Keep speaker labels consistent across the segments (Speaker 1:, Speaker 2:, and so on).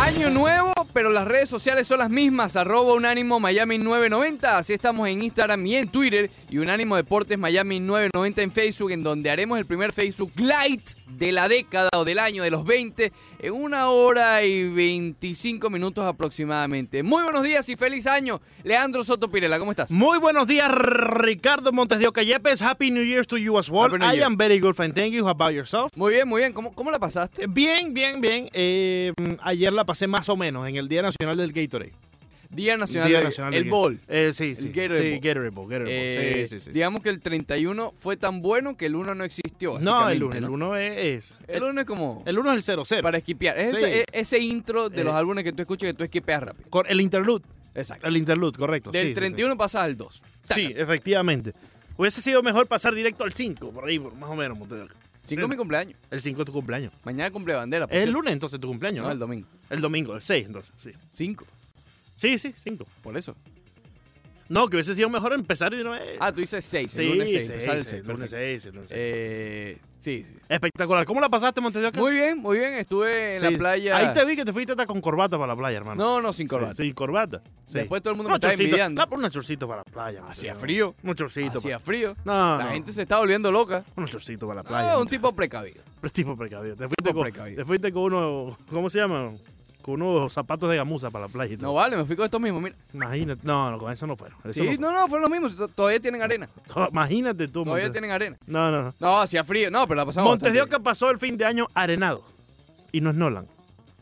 Speaker 1: Año nuevo, pero las redes sociales son las mismas. Arroba Unánimo Miami 990. Así estamos en Instagram y en Twitter. Y Unánimo Deportes Miami 990 en Facebook, en donde haremos el primer Facebook Light de la década o del año de los 20 en una hora y 25 minutos aproximadamente. Muy buenos días y feliz año. Leandro Soto Pirela, ¿cómo estás?
Speaker 2: Muy buenos días, Ricardo Montes de Oca Yepes. Happy New Year to you as well.
Speaker 1: Happy New
Speaker 2: I
Speaker 1: Year.
Speaker 2: am very good, fine. Thank you. How about yourself?
Speaker 1: Muy bien, muy bien. ¿Cómo, cómo la pasaste?
Speaker 2: Bien, bien, bien. Eh, ayer la pasé más o menos en el Día Nacional del Gatorade.
Speaker 1: Día Nacional,
Speaker 2: Día
Speaker 1: del-
Speaker 2: Nacional del
Speaker 1: el Bowl.
Speaker 2: Eh, sí, sí.
Speaker 1: El Gatorade
Speaker 2: sí,
Speaker 1: Bowl.
Speaker 2: Gatorade Bowl, Gatorade Bowl.
Speaker 1: Eh,
Speaker 2: sí, sí, sí, sí.
Speaker 1: digamos que el 31 fue tan bueno que el 1 no existió.
Speaker 2: no, el
Speaker 1: básicamente,
Speaker 2: 1 el uno es...
Speaker 1: El
Speaker 2: El,
Speaker 1: 1 es como
Speaker 2: el uno es el 0-0.
Speaker 1: para esquipear. Es
Speaker 2: Sí.
Speaker 1: ese, e- ese intro de
Speaker 2: Eh.
Speaker 1: los álbumes que tú escuchas que tú esquipeas rápido.
Speaker 2: Cor- El interlude.
Speaker 1: Exacto.
Speaker 2: El interlude, correcto.
Speaker 1: Del
Speaker 2: sí, sí, sí.
Speaker 1: 31 pasas al 2.
Speaker 2: Sí, efectivamente. Hubiese sido mejor pasar directo al 5, por ahí, por- más o menos, Montes de Oca.
Speaker 1: 5 es mi cumpleaños.
Speaker 2: El 5 es tu cumpleaños.
Speaker 1: Mañana cumple bandera. por
Speaker 2: Es el
Speaker 1: cierto.
Speaker 2: lunes entonces tu cumpleaños,
Speaker 1: No, el domingo.
Speaker 2: El domingo, el 6 entonces, sí.
Speaker 1: 5,
Speaker 2: Sí, sí, 5.
Speaker 1: por eso.
Speaker 2: No, que hubiese sido mejor empezar de una vez.
Speaker 1: Ah, tú dices 6.
Speaker 2: Eh. sí,
Speaker 1: el lunes 6.
Speaker 2: seis,
Speaker 1: empezar el
Speaker 2: sí,
Speaker 1: 6.
Speaker 2: lunes 6, lunes seis.
Speaker 1: Eh, sí, sí.
Speaker 2: Espectacular. ¿Cómo la pasaste, Montevideo?
Speaker 1: Muy bien, muy bien. Estuve en la playa.
Speaker 2: Ahí te vi que te fuiste hasta con corbata para la playa, hermano.
Speaker 1: No, no, sin
Speaker 2: Sí,
Speaker 1: corbata.
Speaker 2: Sin corbata. Sí.
Speaker 1: Después todo el mundo me
Speaker 2: Unos
Speaker 1: estaba
Speaker 2: chorcitos.
Speaker 1: envidiando.
Speaker 2: Da por unos chorcitos para la playa. Montes de
Speaker 1: Hacía
Speaker 2: Oca.
Speaker 1: frío.
Speaker 2: Unos chorcitos.
Speaker 1: Hacía
Speaker 2: Para...
Speaker 1: frío.
Speaker 2: No,
Speaker 1: La
Speaker 2: no.
Speaker 1: gente se estaba volviendo loca.
Speaker 2: Unos chorcitos para la playa.
Speaker 1: Ah, un
Speaker 2: Montes de
Speaker 1: tipo precavido.
Speaker 2: Oca. Un tipo precavido. Te fuiste,
Speaker 1: tipo
Speaker 2: con,
Speaker 1: precavido.
Speaker 2: te fuiste con uno. ¿Cómo se llama? Con unos zapatos de gamuza para la playa y todo.
Speaker 1: No vale, me fui con estos mismos. Mira.
Speaker 2: Imagínate. No, no, con eso no fueron. Eso no
Speaker 1: Sí,
Speaker 2: fueron.
Speaker 1: no, no, fueron los mismos. to- Todavía tienen arena.
Speaker 2: Imagínate tú,
Speaker 1: Todavía
Speaker 2: Montes-
Speaker 1: tienen arena.
Speaker 2: No, no, no.
Speaker 1: No, hacía frío. No, pero la pasamos.
Speaker 2: Montes de
Speaker 1: bastante
Speaker 2: Oca pasó el fin de año arenado. Y no es Nolan.
Speaker 1: bien.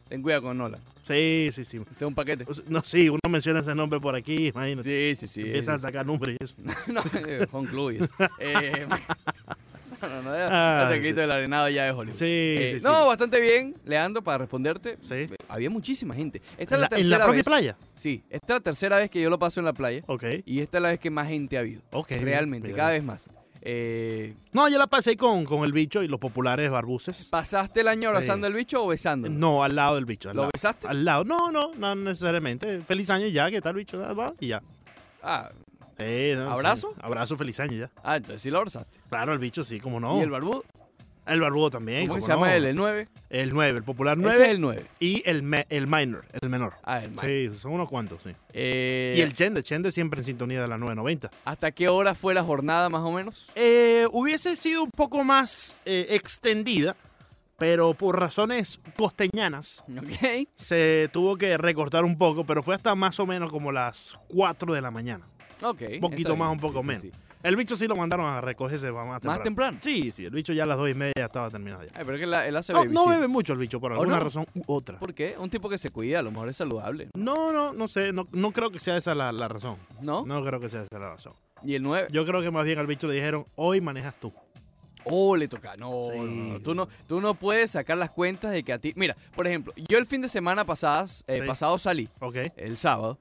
Speaker 1: Ten cuidado con Nola.
Speaker 2: Sí, sí, sí.
Speaker 1: Este es un paquete.
Speaker 2: O sea, No, sí, uno menciona ese nombre por aquí, imagínate.
Speaker 1: Sí, sí, sí.
Speaker 2: Empieza a sacar nombres y eso.
Speaker 1: no, eh, concluido. Eh, no, no, no,
Speaker 2: Ah,
Speaker 1: ya, ya te quito
Speaker 2: sí.
Speaker 1: el arenado ya de Hollywood.
Speaker 2: Sí,
Speaker 1: Eh,
Speaker 2: sí, sí.
Speaker 1: no, bastante bien, Leandro, para responderte.
Speaker 2: Sí.
Speaker 1: Había muchísima gente. Esta
Speaker 2: En
Speaker 1: es la,
Speaker 2: la, en la
Speaker 1: tercera
Speaker 2: propia
Speaker 1: vez.
Speaker 2: playa.
Speaker 1: Sí, esta es la tercera vez que yo lo paso en la playa.
Speaker 2: Ok,
Speaker 1: Y esta es la vez que más gente ha habido.
Speaker 2: ok.
Speaker 1: Realmente,
Speaker 2: mira.
Speaker 1: cada vez más. Eh,
Speaker 2: No, yo la pasé con, con el bicho y los populares barbuces.
Speaker 1: ¿Pasaste el año
Speaker 2: Sí.
Speaker 1: abrazando al bicho o besándolo?
Speaker 2: No, al lado del bicho. Al
Speaker 1: ¿Lo
Speaker 2: lado.
Speaker 1: besaste?
Speaker 2: Al lado. No, no, no necesariamente. Feliz año y ya, ¿qué tal, bicho? Ah, va, Y ya.
Speaker 1: Ah,
Speaker 2: Eh, no, sí.
Speaker 1: ¿Abrazo?
Speaker 2: Abrazo, feliz año y ya.
Speaker 1: ah, entonces sí lo abrazaste.
Speaker 2: Claro, el bicho sí, como no.
Speaker 1: ¿Y el barbudo?
Speaker 2: El barbudo también.
Speaker 1: ¿Cómo que
Speaker 2: cómo
Speaker 1: se llama
Speaker 2: no.
Speaker 1: él? ¿El 9?
Speaker 2: El 9, el popular 9.
Speaker 1: Ese es el 9.
Speaker 2: Y el, me- el minor, el menor.
Speaker 1: Ah, el más.
Speaker 2: Sí, son unos cuantos, sí.
Speaker 1: Eh,
Speaker 2: Y el Chende, Chende siempre en sintonía de la 990.
Speaker 1: ¿Hasta qué hora fue la jornada más o menos?
Speaker 2: Eh, hubiese sido un poco más eh, extendida, pero por razones costeñanas
Speaker 1: Ok.
Speaker 2: se tuvo que recortar un poco, pero fue hasta más o menos como las 4 de la mañana.
Speaker 1: Ok.
Speaker 2: poquito
Speaker 1: está
Speaker 2: más,
Speaker 1: bien.
Speaker 2: un
Speaker 1: Sí,
Speaker 2: poco
Speaker 1: sí,
Speaker 2: menos.
Speaker 1: sí.
Speaker 2: El bicho sí lo mandaron a recogerse más, más temprano.
Speaker 1: ¿Más temprano?
Speaker 2: Sí, sí, el bicho ya a las 2 y media ya estaba terminado ya.
Speaker 1: Ay, pero es que la- él hace
Speaker 2: No,
Speaker 1: baby,
Speaker 2: no
Speaker 1: sí.
Speaker 2: bebe mucho el bicho, por
Speaker 1: ¿O
Speaker 2: alguna
Speaker 1: no?
Speaker 2: razón u otra.
Speaker 1: ¿Por qué? Un tipo que se cuida, a lo mejor es saludable.
Speaker 2: No, no, no sé, no, no creo que sea esa la, la razón.
Speaker 1: ¿No?
Speaker 2: No creo que sea esa la razón.
Speaker 1: Y el 9.
Speaker 2: Yo creo que más bien al bicho le dijeron, hoy manejas tú.
Speaker 1: Oh, le toca. No,
Speaker 2: Sí.
Speaker 1: no, no, no. Tú no, tú no puedes sacar las cuentas de que a ti. Mira, por ejemplo, yo el fin de semana pasadas, eh,
Speaker 2: Sí.
Speaker 1: pasado salí,
Speaker 2: Ok,
Speaker 1: el sábado,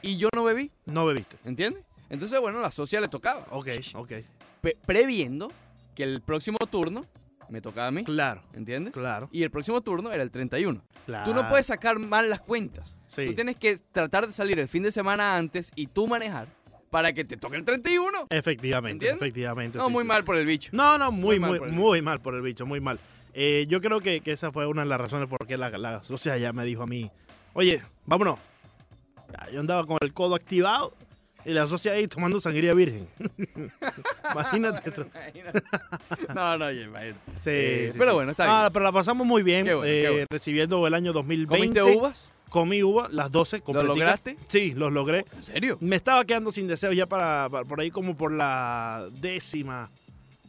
Speaker 1: y yo no bebí,
Speaker 2: no bebiste.
Speaker 1: ¿entiendes? Entonces, bueno, la socia le tocaba.
Speaker 2: Ok, ok.
Speaker 1: Pe- previendo que el próximo turno me tocaba a mí,
Speaker 2: Claro,
Speaker 1: ¿entiendes?
Speaker 2: claro,
Speaker 1: Y el próximo turno era el 31.
Speaker 2: claro.
Speaker 1: Tú no puedes sacar mal las cuentas.
Speaker 2: Ah. Sí.
Speaker 1: Tú tienes que tratar de salir el fin de semana antes y tú manejar para que te toque el 31.
Speaker 2: Efectivamente,
Speaker 1: ¿Entiendes?
Speaker 2: efectivamente.
Speaker 1: No,
Speaker 2: sí,
Speaker 1: muy
Speaker 2: sí.
Speaker 1: mal por el bicho.
Speaker 2: No, no, muy,
Speaker 1: Muy mal
Speaker 2: muy,
Speaker 1: por
Speaker 2: muy,
Speaker 1: el
Speaker 2: mal, por el bicho, muy mal. Eh, yo creo que, que esa fue una de las razones por qué la, la socia ya me dijo a mí, oye, vámonos. Ya, yo andaba con el codo activado y la socia ahí tomando sangría virgen. Imagínate esto.
Speaker 1: Imagínate. no, no, oye, imagínate.
Speaker 2: Sí,
Speaker 1: Eh,
Speaker 2: sí,
Speaker 1: pero
Speaker 2: sí.
Speaker 1: bueno, está
Speaker 2: Ah,
Speaker 1: bien.
Speaker 2: pero la pasamos muy bien,
Speaker 1: Qué bueno, qué
Speaker 2: eh,
Speaker 1: bueno.
Speaker 2: recibiendo el año 2020.
Speaker 1: ¿Comiste uvas?
Speaker 2: Comí uva, las 12.
Speaker 1: ¿Lo
Speaker 2: completicas.
Speaker 1: lograste?
Speaker 2: Sí, los logré.
Speaker 1: ¿En serio?
Speaker 2: Me estaba quedando sin deseo ya para, para- por ahí como por la décima.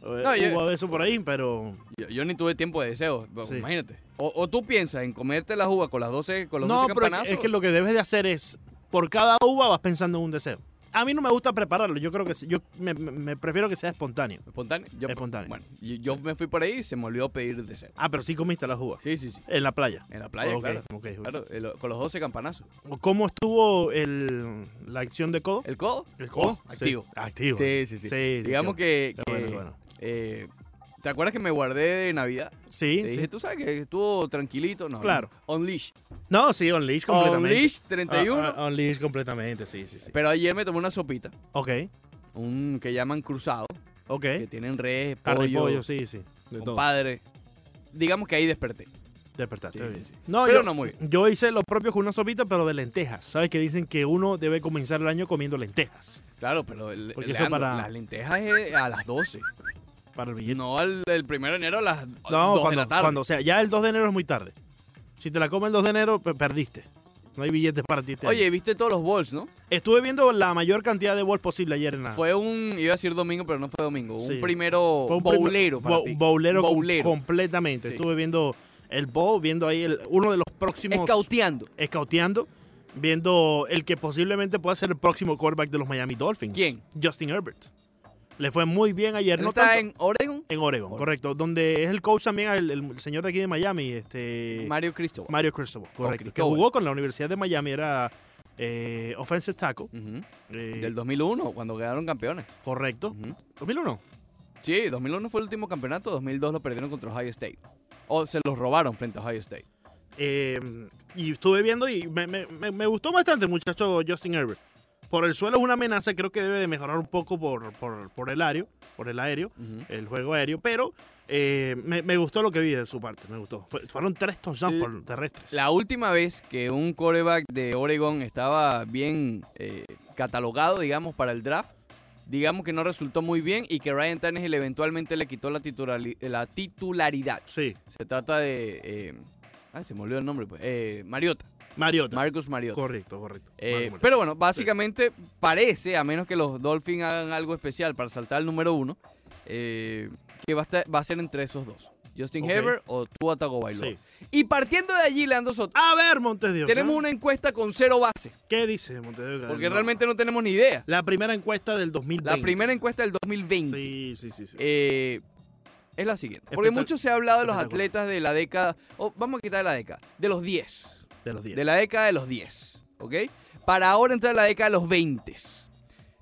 Speaker 2: eh,
Speaker 1: No, yo-
Speaker 2: uva, eso por ahí, pero...
Speaker 1: Yo, yo ni tuve tiempo de deseo. bueno,
Speaker 2: Sí.
Speaker 1: Imagínate. O, o tú piensas en comerte las uvas con las 12, con los
Speaker 2: No,
Speaker 1: 12
Speaker 2: pero es que-
Speaker 1: campanazos.
Speaker 2: es que lo que debes de hacer es, por cada uva vas pensando en un deseo. A mí no me gusta prepararlo, yo creo que sí, yo me, me- me prefiero que sea espontáneo.
Speaker 1: Espontáneo. Yo,
Speaker 2: Espontáneo.
Speaker 1: Bueno, yo, yo me fui por ahí y se me olvidó pedir deseo.
Speaker 2: Ah, pero sí comiste las uvas.
Speaker 1: Sí, sí, sí.
Speaker 2: En la playa.
Speaker 1: En la playa,
Speaker 2: Ok,
Speaker 1: claro.
Speaker 2: ok.
Speaker 1: Claro, eh, lo- con los 12 campanazos.
Speaker 2: ¿Cómo estuvo el, la acción de codo?
Speaker 1: ¿El codo?
Speaker 2: El
Speaker 1: Oh,
Speaker 2: sí.
Speaker 1: activo.
Speaker 2: Activo.
Speaker 1: Sí, sí, sí. Digamos
Speaker 2: qué
Speaker 1: que.
Speaker 2: Está
Speaker 1: que,
Speaker 2: bueno, bueno.
Speaker 1: eh, ¿Te acuerdas que me guardé de Navidad?
Speaker 2: bueno. Sí,
Speaker 1: Te
Speaker 2: sí.
Speaker 1: dije, tú sabes que estuvo tranquilito. No,
Speaker 2: Claro.
Speaker 1: no. Unleash.
Speaker 2: No, sí, Unleash completamente.
Speaker 1: Unleash 31.
Speaker 2: Ah, ah, unleash completamente, sí, sí, sí.
Speaker 1: Pero ayer me tomé una sopita,
Speaker 2: Ok,
Speaker 1: un que llaman cruzado,
Speaker 2: ok.
Speaker 1: que tienen redes,
Speaker 2: Carne y
Speaker 1: pollo,
Speaker 2: pollo, sí, sí. De todo.
Speaker 1: compadre. Digamos que ahí desperté.
Speaker 2: Te despertaste.
Speaker 1: Sí,
Speaker 2: bien.
Speaker 1: sí, sí.
Speaker 2: No,
Speaker 1: Pero
Speaker 2: yo,
Speaker 1: no muy bien.
Speaker 2: Yo hice lo propio con una sopita, pero de lentejas. ¿Sabes que dicen que uno debe comenzar el año comiendo lentejas?
Speaker 1: Claro, pero el-
Speaker 2: Porque eso
Speaker 1: Leandro,
Speaker 2: para-
Speaker 1: las lentejas es a las 12.
Speaker 2: Para el billete.
Speaker 1: No al, el 1 de enero a las no,
Speaker 2: No,
Speaker 1: 2
Speaker 2: cuando,
Speaker 1: de la tarde.
Speaker 2: cuando sea. Ya el 2 de enero es muy tarde. Si te la comes el 2 de enero, pe- perdiste. No hay billetes para ti. este año.
Speaker 1: Oye, viste todos los balls, ¿no?
Speaker 2: Estuve viendo la mayor cantidad de bols posible ayer en la...
Speaker 1: Fue un, iba a decir domingo, pero no fue domingo. Un
Speaker 2: Ah. Sí.
Speaker 1: primero
Speaker 2: Fue un primer-
Speaker 1: bowlero para
Speaker 2: bo-
Speaker 1: ti.
Speaker 2: Bowlero, com-
Speaker 1: Bowlero.
Speaker 2: completamente.
Speaker 1: Sí.
Speaker 2: Estuve viendo el bowl, viendo ahí el- uno de los próximos...
Speaker 1: Escauteando.
Speaker 2: Escauteando. Viendo el que posiblemente pueda ser el próximo quarterback de los Miami Dolphins.
Speaker 1: ¿Quién?
Speaker 2: Justin Herbert. Le fue muy bien ayer.
Speaker 1: Él
Speaker 2: No
Speaker 1: está
Speaker 2: tanto-
Speaker 1: en Oregon,
Speaker 2: en Oregon,
Speaker 1: Oregon.
Speaker 2: correcto. Donde es el coach también, el, el señor de aquí de Miami, este...
Speaker 1: Mario Cristóbal.
Speaker 2: Mario Cristobal, correcto. que
Speaker 1: Cristobal.
Speaker 2: jugó con la Universidad de Miami, era eh, offensive tackle.
Speaker 1: Ujú.
Speaker 2: eh,
Speaker 1: Del 2001, cuando quedaron campeones.
Speaker 2: correcto.
Speaker 1: Ujú.
Speaker 2: 2001.
Speaker 1: Sí, 2001 fue el último campeonato, 2002 lo perdieron contra Ohio State. O se los robaron frente a Ohio State.
Speaker 2: Eh, y estuve viendo y me, me- me- me gustó bastante el muchacho Justin Herbert. Por el suelo es una amenaza, creo que debe de mejorar un poco por, por, por el aéreo, por el aéreo,
Speaker 1: Ujú.
Speaker 2: el juego aéreo, pero eh, me, me gustó lo que vi de su parte, me gustó. Fue- fueron tres touchdowns
Speaker 1: L-
Speaker 2: por terrestres.
Speaker 1: La última vez que un coreback de Oregon estaba bien eh, catalogado, digamos, para el draft, digamos que no resultó muy bien y que Ryan Tannehill eventualmente le quitó la, titulari- la titularidad.
Speaker 2: Sí,
Speaker 1: Se trata de... eh, ay, se me olvidó el nombre, pues. eh, Mariota.
Speaker 2: Mariota.
Speaker 1: Marcus Mariota.
Speaker 2: correcto, correcto.
Speaker 1: Eh,
Speaker 2: Marco Mariota.
Speaker 1: pero bueno, básicamente parece, a menos que los Dolphins hagan algo especial para saltar el número uno, eh, que va a, estar- va a ser entre esos dos. Justin
Speaker 2: Ok.
Speaker 1: Herbert o Tua Tagovailoa.
Speaker 2: Sí.
Speaker 1: Y partiendo de allí, Leandro Soto,
Speaker 2: A ver, Montes de Oca,
Speaker 1: tenemos una encuesta con cero base,
Speaker 2: ¿Qué dice Montes de Oca?
Speaker 1: porque
Speaker 2: No.
Speaker 1: realmente no tenemos ni idea.
Speaker 2: La primera encuesta del 2020.
Speaker 1: La primera encuesta del 2020
Speaker 2: Sí, sí, sí. sí.
Speaker 1: eh, es la siguiente. Porque
Speaker 2: Espectac-
Speaker 1: mucho se ha hablado de los
Speaker 2: espectacular.
Speaker 1: atletas de la década, o vamos a quitar la década, de los 10.
Speaker 2: de los 10.
Speaker 1: De la década de los 10, ¿ok? Para ahora entrar a la década de los 20.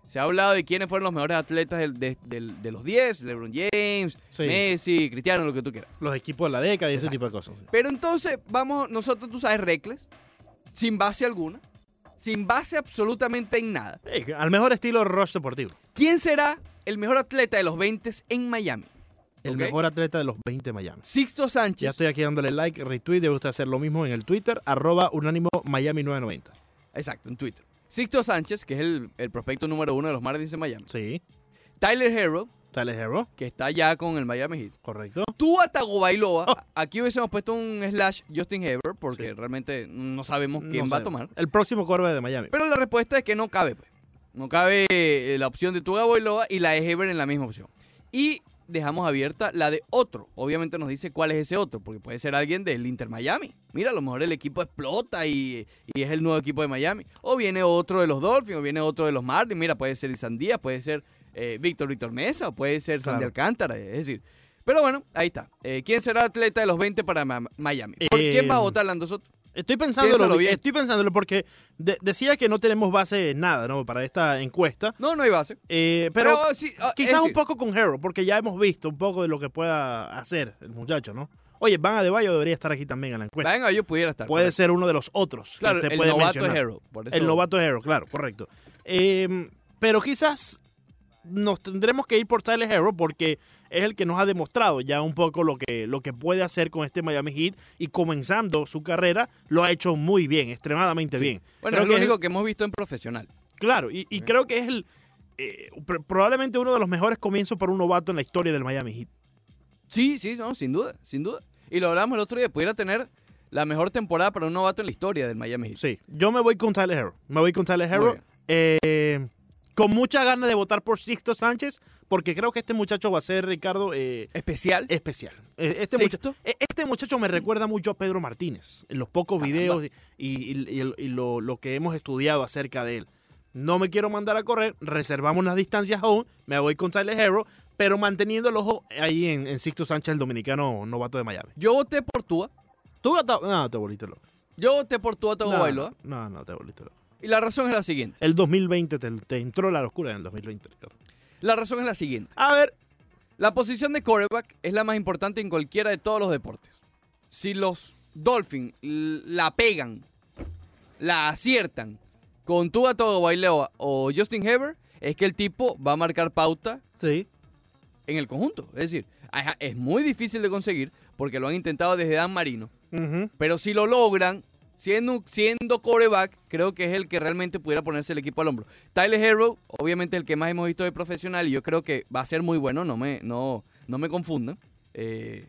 Speaker 1: Se ha hablado de quiénes fueron los mejores atletas del- de, del- de los 10, LeBron James,
Speaker 2: Sí.
Speaker 1: Messi, Cristiano, lo que tú quieras.
Speaker 2: Los equipos de la década y ese tipo de cosas.
Speaker 1: Pero entonces, vamos, nosotros, tú sabes, recles, sin base alguna, sin base absolutamente en nada.
Speaker 2: Sí, que al mejor estilo Rush Deportivo.
Speaker 1: ¿Quién será el mejor atleta de los 20 en Miami?
Speaker 2: El
Speaker 1: Ok.
Speaker 2: mejor atleta de los 20 de Miami.
Speaker 1: Sixto
Speaker 2: Ya
Speaker 1: Sánchez.
Speaker 2: estoy aquí dándole like, retweet. Debe usted hacer lo mismo en el Twitter, arroba unánimo Miami 990.
Speaker 1: Exacto, en Twitter. Sixto Sánchez, que es el, el prospecto número uno de los Marlins de Miami.
Speaker 2: Sí.
Speaker 1: Tyler Harrow,
Speaker 2: Tyler Hero,
Speaker 1: que está ya con el Miami Heat.
Speaker 2: correcto.
Speaker 1: Tú a Tagovailoa, aquí hubiésemos puesto un slash Justin Herbert porque
Speaker 2: Sí.
Speaker 1: realmente no sabemos quién
Speaker 2: No
Speaker 1: va
Speaker 2: sé.
Speaker 1: a tomar.
Speaker 2: El próximo corbe de Miami.
Speaker 1: Pero la respuesta es que no cabe. pues. No cabe eh, la opción de Tagovailoa y la de Herbert en la misma opción. Y dejamos abierta la de otro. Obviamente nos dice cuál es ese otro, porque puede ser alguien del Inter Miami. Mira, a lo mejor el equipo explota y, y es el nuevo equipo de Miami. O viene otro de los Dolphins, o viene otro de los Marlins. Mira, puede ser Isandía, puede ser eh, Víctor Víctor Mesa, o puede ser Sandy
Speaker 2: Claro.
Speaker 1: Alcántara. Es decir, pero bueno, ahí está. Eh, ¿Quién será atleta de los 20 para Ma- Miami? ¿Por
Speaker 2: Eh,
Speaker 1: quién va a votar Lando Soto?
Speaker 2: Estoy pensándolo,
Speaker 1: Piénsalo bien.
Speaker 2: estoy pensándolo porque de- decía que no tenemos base en nada, ¿no? Para esta encuesta.
Speaker 1: No, no hay base.
Speaker 2: Eh, pero
Speaker 1: sí, ah, es
Speaker 2: Quizás un
Speaker 1: decir,
Speaker 2: poco con Hero, porque ya hemos visto un poco de lo que pueda hacer el muchacho, ¿no? Oye, Van Adebayo debería estar aquí también en la encuesta.
Speaker 1: Venga, yo pudiera estar.
Speaker 2: Pues, Puede
Speaker 1: correcto.
Speaker 2: ser uno de los otros. que
Speaker 1: Claro,
Speaker 2: usted
Speaker 1: el
Speaker 2: puede
Speaker 1: novato es
Speaker 2: mencionar.
Speaker 1: Hero. por eso-
Speaker 2: El novato Hero, claro, correcto. Eh, pero quizás nos tendremos que ir por Tyler Hero porque es el que nos ha demostrado ya un poco lo que, lo que puede hacer con este Miami Heat y comenzando su carrera lo ha hecho muy bien, extremadamente
Speaker 1: Sí.
Speaker 2: bien.
Speaker 1: Bueno,
Speaker 2: Creo
Speaker 1: es lo
Speaker 2: que es-
Speaker 1: único que hemos visto en profesional.
Speaker 2: Claro, y, y
Speaker 1: Ok.
Speaker 2: creo que es el eh, pr- probablemente uno de los mejores comienzos para un novato en la historia del Miami Heat.
Speaker 1: Sí, sí, no, sin duda, sin duda. Y lo hablamos el otro día, pudiera tener la mejor temporada para un novato en la historia del Miami Heat.
Speaker 2: Sí, yo me voy con Tyler Hero. Me voy con Tyler
Speaker 1: Muy
Speaker 2: Hero.
Speaker 1: bien.
Speaker 2: eh, con mucha ganas de votar por Sixto Sánchez, porque creo que este muchacho va a ser, Ricardo, eh,
Speaker 1: Especial.
Speaker 2: especial. Eh, Este
Speaker 1: Sixto.
Speaker 2: muchacho, este muchacho me recuerda mucho a Pedro Martínez, en los pocos
Speaker 1: Caramba.
Speaker 2: videos y, y- y el- y lo, lo que hemos estudiado acerca de él. No me quiero mandar a correr, reservamos las distancias aún, me voy con Tyler Hero, pero manteniendo el ojo ahí en, en Sixto Sánchez, el dominicano novato de Miami.
Speaker 1: Yo voté por Tua.
Speaker 2: Tú gata- No, te volviste loco.
Speaker 1: Yo voté por Tua
Speaker 2: No,
Speaker 1: Tagovailoa.
Speaker 2: No, no, te volviste loco.
Speaker 1: Y la razón es la siguiente.
Speaker 2: El 2020 te, te entró la locura en el 2020. Ricardo.
Speaker 1: La razón es la siguiente.
Speaker 2: A ver,
Speaker 1: La posición de quarterback es la más importante en cualquiera de todos los deportes. Si los Dolphins l- la pegan, la aciertan con Tua Tagovailoa o Justin Herbert, es que el tipo va a marcar pauta
Speaker 2: sí,
Speaker 1: en el conjunto. Es decir, ajá, es muy difícil de conseguir porque lo han intentado desde Dan Marino,
Speaker 2: Ujú.
Speaker 1: Pero si lo logran, siendo, siendo coreback, creo que es el que realmente pudiera ponerse el equipo al hombro. Tyler Hero, obviamente el que más hemos visto de profesional, y yo creo que va a ser muy bueno, no me, no, no me confundan. Eh,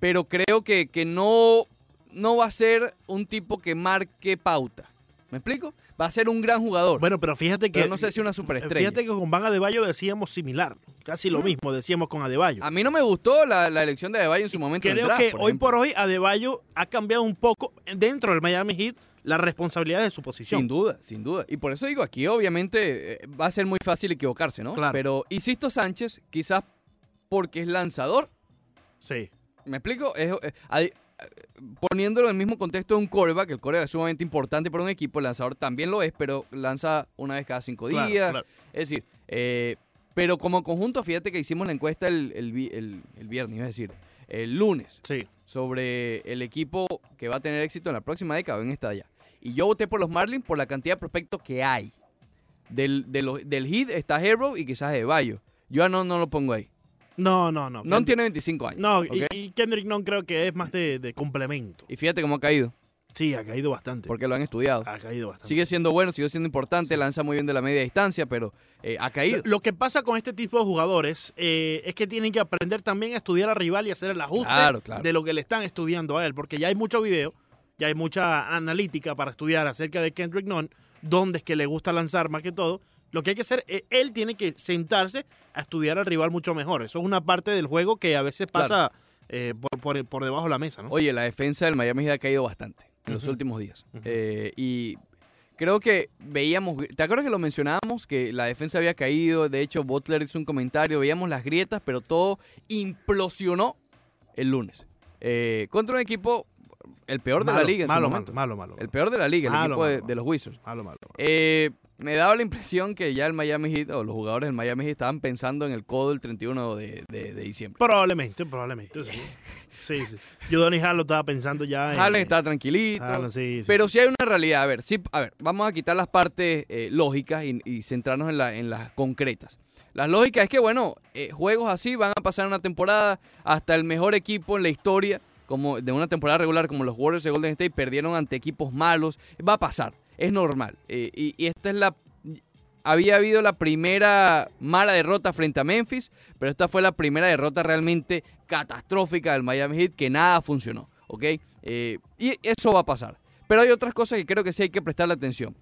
Speaker 1: pero creo que, que no, no va a ser un tipo que marque pauta. ¿Me explico? Va a ser un gran jugador.
Speaker 2: Bueno, pero fíjate que.
Speaker 1: pero no sé si una superestrella. Mm.
Speaker 2: Fíjate que con Van Adebayo decíamos similar. Casi lo mismo decíamos con Adebayo.
Speaker 1: A mí no me gustó la, la elección de Adebayo en su momento. en el
Speaker 2: Creo
Speaker 1: draft,
Speaker 2: que
Speaker 1: por
Speaker 2: hoy
Speaker 1: ejemplo.
Speaker 2: por hoy Adebayo ha cambiado un poco dentro del Miami Heat la responsabilidad de su
Speaker 1: Sin
Speaker 2: posición.
Speaker 1: duda, sin duda. Y por eso digo, aquí obviamente eh, va a ser muy fácil equivocarse, ¿no?
Speaker 2: Claro.
Speaker 1: Pero Isisto Sánchez, quizás porque es lanzador,
Speaker 2: Sí.
Speaker 1: ¿me explico? Es, eh, hay- poniéndolo en el mismo contexto de un coreback, el coreback es sumamente importante para un equipo, el lanzador también lo es, pero lanza una vez cada cinco
Speaker 2: Claro,
Speaker 1: días.
Speaker 2: claro.
Speaker 1: Es decir, eh, pero como conjunto, fíjate que hicimos la encuesta el, el vi- el- el viernes, es decir, el lunes,
Speaker 2: Sí.
Speaker 1: sobre el equipo que va a tener éxito en la próxima década en esta ya. Y yo voté por los Marlins por la cantidad de prospectos que hay. Del, de los- del hit está Hero y quizás de Bayo. Yo a no, no lo pongo ahí.
Speaker 2: No, no, no.
Speaker 1: No tiene 25 años.
Speaker 2: No,
Speaker 1: ¿ok?
Speaker 2: y- y, Kendrick no creo que es más de, de complemento.
Speaker 1: Y fíjate cómo ha caído,
Speaker 2: Sí, Ah, ha caído bastante.
Speaker 1: porque lo han estudiado.
Speaker 2: Ha caído bastante.
Speaker 1: Sigue siendo bueno, sigue siendo importante, lanza muy bien de la media distancia, pero eh, ha caído.
Speaker 2: Lo- Lo que pasa con este tipo de jugadores eh, es que tienen que aprender también a estudiar al rival y hacer el ajuste
Speaker 1: Claro, claro.
Speaker 2: de lo que le están estudiando a él, porque ya hay mucho video, ya hay mucha analítica para estudiar acerca de Kendrick Nunn, dónde es que le gusta lanzar más que todo. Lo que hay que hacer, eh, él tiene que sentarse a estudiar al rival mucho mejor. Eso es una parte del juego que a veces pasa eh, por, por- por debajo de la mesa, ¿no?
Speaker 1: Oye, la defensa del Miami Heat ha caído bastante en los
Speaker 2: Ujú.
Speaker 1: últimos días.
Speaker 2: Ujú.
Speaker 1: Eh, y creo que veíamos, ¿te acuerdas que lo mencionábamos? Que la defensa había caído, de hecho Butler hizo un comentario, veíamos las grietas, pero todo implosionó el lunes. Eh, contra un equipo, el peor de la
Speaker 2: Malo,
Speaker 1: liga en su
Speaker 2: malo,
Speaker 1: momento.
Speaker 2: malo, malo, malo,
Speaker 1: El peor de la liga, el
Speaker 2: Malo,
Speaker 1: equipo de-
Speaker 2: malo,
Speaker 1: de los Wizards.
Speaker 2: malo, malo, malo.
Speaker 1: Eh, me daba la impresión que ya el Miami Heat o los jugadores del Miami Heat estaban pensando en el codo el 31 de, de- de diciembre.
Speaker 2: Probablemente, probablemente. Sí, sí. sí. Yo, Donny Hall, lo estaba pensando ya. en-
Speaker 1: Allen está tranquilito.
Speaker 2: Haaland, sí, sí,
Speaker 1: pero
Speaker 2: sí.
Speaker 1: si hay una realidad, a ver, sí, a ver, vamos a quitar las partes eh, lógicas y, y centrarnos en, la- en las concretas. Las lógicas es que, bueno, eh, juegos así van a pasar una temporada hasta el mejor equipo en la historia como de una temporada regular como los Warriors de Golden State perdieron ante equipos malos. Va a pasar, es normal. Eh, y, y esta es la... Había habido la primera mala derrota frente a Memphis, pero esta fue la primera derrota realmente catastrófica del Miami Heat que nada funcionó, ¿ok? Eh, y eso va a pasar. Pero hay otras cosas que creo que sí hay que prestarle atención.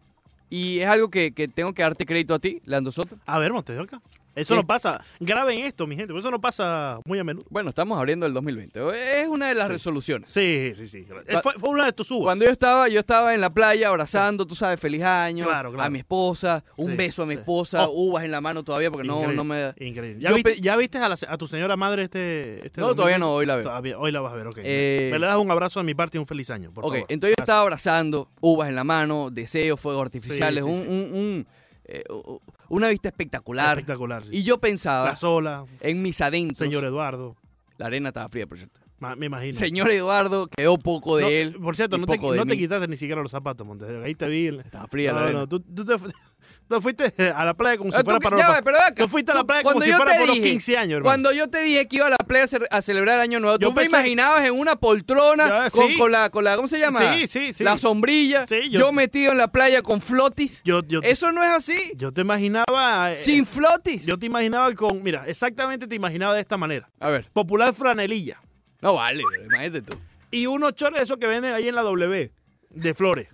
Speaker 1: Y es algo que, que tengo que darte crédito a ti, Leandro Soto.
Speaker 2: A ver, Montes de Oca. Eso
Speaker 1: Sí.
Speaker 2: no pasa. Graben esto, mi gente. porque Eso no pasa muy a menudo.
Speaker 1: Bueno, estamos abriendo el 2020. Es una de las
Speaker 2: Sí.
Speaker 1: resoluciones.
Speaker 2: Sí, sí, sí. Eh,
Speaker 1: Cua-
Speaker 2: Fue, fue una de tus uvas.
Speaker 1: Cuando yo estaba, yo estaba en la playa abrazando, tú sabes, feliz año
Speaker 2: Claro, claro.
Speaker 1: a mi esposa, un
Speaker 2: Sí,
Speaker 1: beso a mi
Speaker 2: sí.
Speaker 1: esposa,
Speaker 2: Oh.
Speaker 1: uvas en la mano todavía porque no,
Speaker 2: Increíble,
Speaker 1: no me da.
Speaker 2: Increíble. ¿Ya,
Speaker 1: Yo
Speaker 2: viste,
Speaker 1: pe-
Speaker 2: ya viste a, la se- a tu señora madre este, este
Speaker 1: No,
Speaker 2: domingo?
Speaker 1: todavía no, hoy la veo.
Speaker 2: Todavía, hoy la vas a ver, ok.
Speaker 1: Eh,
Speaker 2: Me le das un abrazo de mi parte y un feliz año, por
Speaker 1: ok,
Speaker 2: favor.
Speaker 1: entonces yo
Speaker 2: Gracias.
Speaker 1: estaba abrazando, uvas en la mano, deseos, fuegos artificiales,
Speaker 2: Sí, sí,
Speaker 1: un,
Speaker 2: sí.
Speaker 1: un- un, eh, u- una vista espectacular.
Speaker 2: Espectacular. sí.
Speaker 1: Y yo pensaba
Speaker 2: La sola,
Speaker 1: en mis adentros.
Speaker 2: señor Eduardo.
Speaker 1: La arena estaba fría, por cierto.
Speaker 2: ma- Me imagino.
Speaker 1: Señor Eduardo, quedó poco de
Speaker 2: No,
Speaker 1: él.
Speaker 2: Por cierto,
Speaker 1: y
Speaker 2: no te,
Speaker 1: poco de
Speaker 2: no te
Speaker 1: mí.
Speaker 2: quitaste ni siquiera los zapatos, Montes. de Oca. Ahí te vi. en-
Speaker 1: Estaba fría la
Speaker 2: No,
Speaker 1: arena.
Speaker 2: no, tú, tú te, fu- tú fuiste a la playa como
Speaker 1: Ah,
Speaker 2: si
Speaker 1: tú
Speaker 2: fuera
Speaker 1: que-
Speaker 2: para
Speaker 1: ya
Speaker 2: los-
Speaker 1: va, pero ve acá.
Speaker 2: Tú fuiste a la
Speaker 1: Tú-
Speaker 2: playa como
Speaker 1: cuando
Speaker 2: si
Speaker 1: yo
Speaker 2: fuera
Speaker 1: te
Speaker 2: por los
Speaker 1: dije-
Speaker 2: 15 años, hermano.
Speaker 1: Cuando yo te dije que iba a la playa a ce- a celebrar el año nuevo,
Speaker 2: Yo
Speaker 1: tú
Speaker 2: pensé-
Speaker 1: me imaginabas en una poltrona
Speaker 2: Ya, sí.
Speaker 1: con, con la, con la, ¿cómo se llama?
Speaker 2: Sí, sí, sí.
Speaker 1: La sombrilla,
Speaker 2: Sí,
Speaker 1: yo...
Speaker 2: yo-
Speaker 1: metido en la playa con flotis.
Speaker 2: Yo, yo,
Speaker 1: Eso no es así,
Speaker 2: yo te imaginaba. eh,
Speaker 1: sin flotis.
Speaker 2: Yo te imaginaba con. Mira, exactamente te imaginaba de esta manera.
Speaker 1: A ver,
Speaker 2: Popular franelilla.
Speaker 1: no vale, bro, imagínate tú.
Speaker 2: Y unos chores de esos que venden ahí en la W. De flores.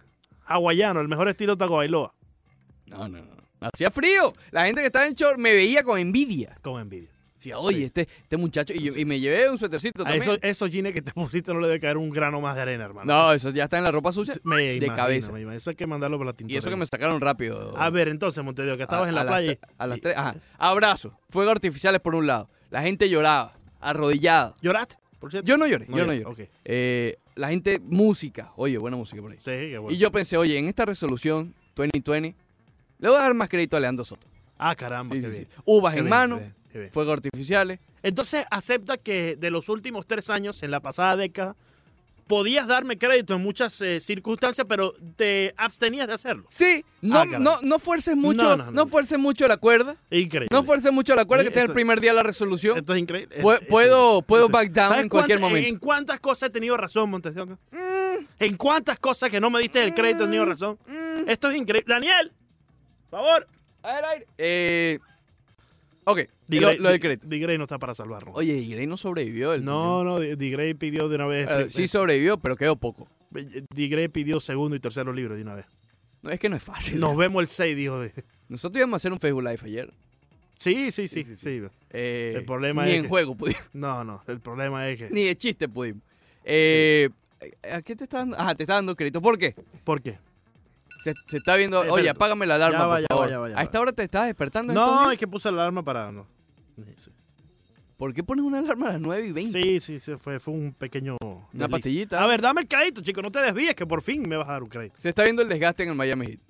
Speaker 2: Hawaiano, el mejor estilo taco bailoa.
Speaker 1: No, no, no. Hacía frío. La gente que estaba en short me veía con envidia.
Speaker 2: Con envidia.
Speaker 1: Decía, oye,
Speaker 2: Sí. Ah,
Speaker 1: este, este muchacho. Y, yo- y me llevé un suetercito
Speaker 2: A
Speaker 1: también.
Speaker 2: esos, esos jeans que te pusiste no le debe caer un grano más de arena, hermano.
Speaker 1: No, eso ya está en la ropa sucia.
Speaker 2: Me
Speaker 1: de
Speaker 2: imagino,
Speaker 1: cabeza.
Speaker 2: me imagino. Eso hay que mandarlo por la tinta.
Speaker 1: Y eso que me sacaron rápido.
Speaker 2: A ver, entonces, Montevideo, que estabas
Speaker 1: A-
Speaker 2: en
Speaker 1: a
Speaker 2: la
Speaker 1: las
Speaker 2: playa.
Speaker 1: tre- A las
Speaker 2: y-
Speaker 1: tres, ajá. Abrazos, fuegos artificiales por un lado. La gente lloraba, arrodillada.
Speaker 2: ¿Lloraste? Por cierto.
Speaker 1: Yo no lloré,
Speaker 2: No
Speaker 1: yo no lloré.
Speaker 2: lloré, ok.
Speaker 1: Eh, la gente, música. Oye, buena música por ahí.
Speaker 2: Sí, qué bueno.
Speaker 1: Y yo pensé, oye, en esta resolución 2020, le voy a dar más crédito a Leandro Soto.
Speaker 2: Ah, caramba,
Speaker 1: Sí,
Speaker 2: qué
Speaker 1: sí,
Speaker 2: bien.
Speaker 1: sí. Uvas
Speaker 2: Qué
Speaker 1: en
Speaker 2: bien,
Speaker 1: mano,
Speaker 2: qué bien, qué bien.
Speaker 1: fuegos artificiales.
Speaker 2: Entonces acepta que de los últimos tres años, en la pasada década, podías darme crédito en muchas eh, circunstancias, pero te abstenías de hacerlo.
Speaker 1: Sí, no,
Speaker 2: Ah, caray.
Speaker 1: no, no fuerces mucho, no,
Speaker 2: No, no, no.
Speaker 1: fuerces mucho la cuerda.
Speaker 2: Increíble.
Speaker 1: No fuerces mucho la cuerda
Speaker 2: Sí,
Speaker 1: que esté el
Speaker 2: esto-
Speaker 1: primer día de la resolución.
Speaker 2: Esto es increíble.
Speaker 1: Pu-
Speaker 2: Esto-
Speaker 1: puedo-
Speaker 2: esto-
Speaker 1: puedo
Speaker 2: esto-
Speaker 1: back down
Speaker 2: ¿Sabes
Speaker 1: en cualquier
Speaker 2: cuánta-
Speaker 1: momento. Mm.
Speaker 2: ¿En cuántas cosas he tenido razón, Montesión? ¿En cuántas cosas que no me diste el crédito he tenido razón? Esto es increíble. Daniel, por favor.
Speaker 1: Mm, A ver, aire. Eh, ok, lo, lo decreto.
Speaker 2: Digrey no está para salvarlo.
Speaker 1: Oye, Grey no sobrevivió. El
Speaker 2: no, no, Digrey pidió de una vez.
Speaker 1: Eh, sí sobrevivió, pero quedó poco.
Speaker 2: Digrey pidió segundo y tercero libro de una vez.
Speaker 1: No, es que no es fácil.
Speaker 2: Nos vemos el 6, dijo. de-
Speaker 1: Nosotros íbamos a hacer un Facebook Live ayer.
Speaker 2: Sí, sí, sí,
Speaker 1: Sí, sí,
Speaker 2: sí.
Speaker 1: Eh,
Speaker 2: El problema
Speaker 1: ni
Speaker 2: es
Speaker 1: en
Speaker 2: que-
Speaker 1: juego pudimos,
Speaker 2: No, no, el problema es que...
Speaker 1: ni de chiste pudimos. Eh, ¿A qué te está dando? Ajá, te está dando crédito. ¿Por qué?
Speaker 2: ¿Por qué?
Speaker 1: Se, se está viendo.
Speaker 2: Eh,
Speaker 1: Oye,
Speaker 2: espera.
Speaker 1: apágame la alarma.
Speaker 2: Ya va,
Speaker 1: por
Speaker 2: ya
Speaker 1: favor.
Speaker 2: va, ya va, ya
Speaker 1: a
Speaker 2: va.
Speaker 1: esta hora te estás despertando. en estos
Speaker 2: No,
Speaker 1: días?
Speaker 2: es que puse la alarma para... No.
Speaker 1: ¿Por qué pones una alarma a las 9 y 20?
Speaker 2: Sí, sí, sí, fue, fue un pequeño...
Speaker 1: Una
Speaker 2: desliz.
Speaker 1: pastillita.
Speaker 2: A ver, dame el crédito, chico, no te desvíes, que por fin me vas a dar un crédito.
Speaker 1: Se está viendo el desgaste en el Miami Heat.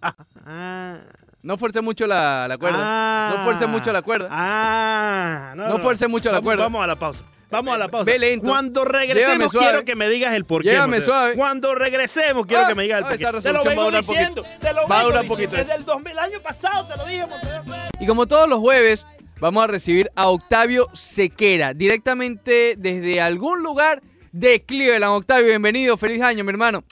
Speaker 2: Ah,
Speaker 1: No fuerce mucho la, la cuerda.
Speaker 2: ah,
Speaker 1: No fuerces mucho la cuerda.
Speaker 2: Ah,
Speaker 1: No fuerces mucho la
Speaker 2: Vamos-
Speaker 1: cuerda.
Speaker 2: Vamos a la pausa. Vamos a la pausa.
Speaker 1: Ve lento.
Speaker 2: Cuando
Speaker 1: Llévame
Speaker 2: regresemos
Speaker 1: suave.
Speaker 2: quiero que me digas el porqué.
Speaker 1: Llévame
Speaker 2: Mateo.
Speaker 1: suave.
Speaker 2: Cuando regresemos quiero
Speaker 1: Ah,
Speaker 2: que me digas el
Speaker 1: ah, esa
Speaker 2: porqué. Te lo
Speaker 1: resolución va a
Speaker 2: vengo
Speaker 1: durar poquito.
Speaker 2: diciendo. Te lo
Speaker 1: Va a
Speaker 2: vengo
Speaker 1: durar
Speaker 2: diciendo.
Speaker 1: poquito.
Speaker 2: Desde el 2000 el año pasado te lo dije, Mateo.
Speaker 1: Y como todos los jueves, vamos a recibir a Octavio Sequera, directamente desde algún lugar de Cleveland. Octavio, bienvenido, feliz año, mi hermano.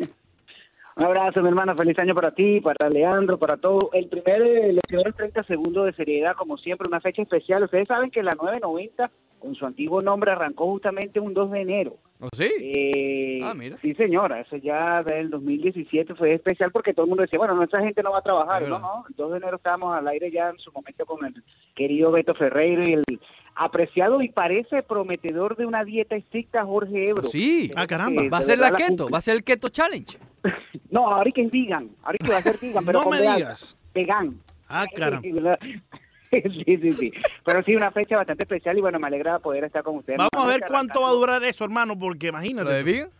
Speaker 3: Un abrazo, mi hermano. Feliz año para ti, para Leandro, para todo. El primer, eh, los primeros 30 segundos de seriedad, como siempre, una fecha especial. Ustedes saben que la 990, con su antiguo nombre, arrancó justamente un 2 de enero.
Speaker 1: ¿O sí?
Speaker 3: Eh,
Speaker 1: Ah, mira.
Speaker 3: Sí, señora. Eso ya del 2017 fue especial porque todo el mundo decía, bueno, nuestra gente no va a trabajar.
Speaker 1: Es
Speaker 3: No,
Speaker 1: verdad.
Speaker 3: no. El 2 de enero estábamos al aire ya en su momento con el querido Beto Ferreiro y el apreciado y parece prometedor de una dieta estricta Jorge Ebro.
Speaker 1: Sí.
Speaker 2: Ah, caramba.
Speaker 3: Eh,
Speaker 1: Va a
Speaker 3: de
Speaker 1: ser la
Speaker 3: verdad
Speaker 1: keto,
Speaker 3: cumple.
Speaker 1: va a ser el keto challenge.
Speaker 3: No, ahora que es vegan. Ahora que va a ser vegan, pero
Speaker 2: No
Speaker 3: con
Speaker 2: me
Speaker 3: B alta.
Speaker 2: digas.
Speaker 3: Vegan.
Speaker 2: Ah, caramba.
Speaker 3: Sí, sí, sí. Pero sí, una fecha bastante especial y bueno, me alegra poder estar con ustedes.
Speaker 2: Vamos a ver
Speaker 3: Nuevamente,
Speaker 2: cuánto va a durar eso, hermano, porque
Speaker 1: ¿Lo de
Speaker 2: imagínate.
Speaker 1: vegan?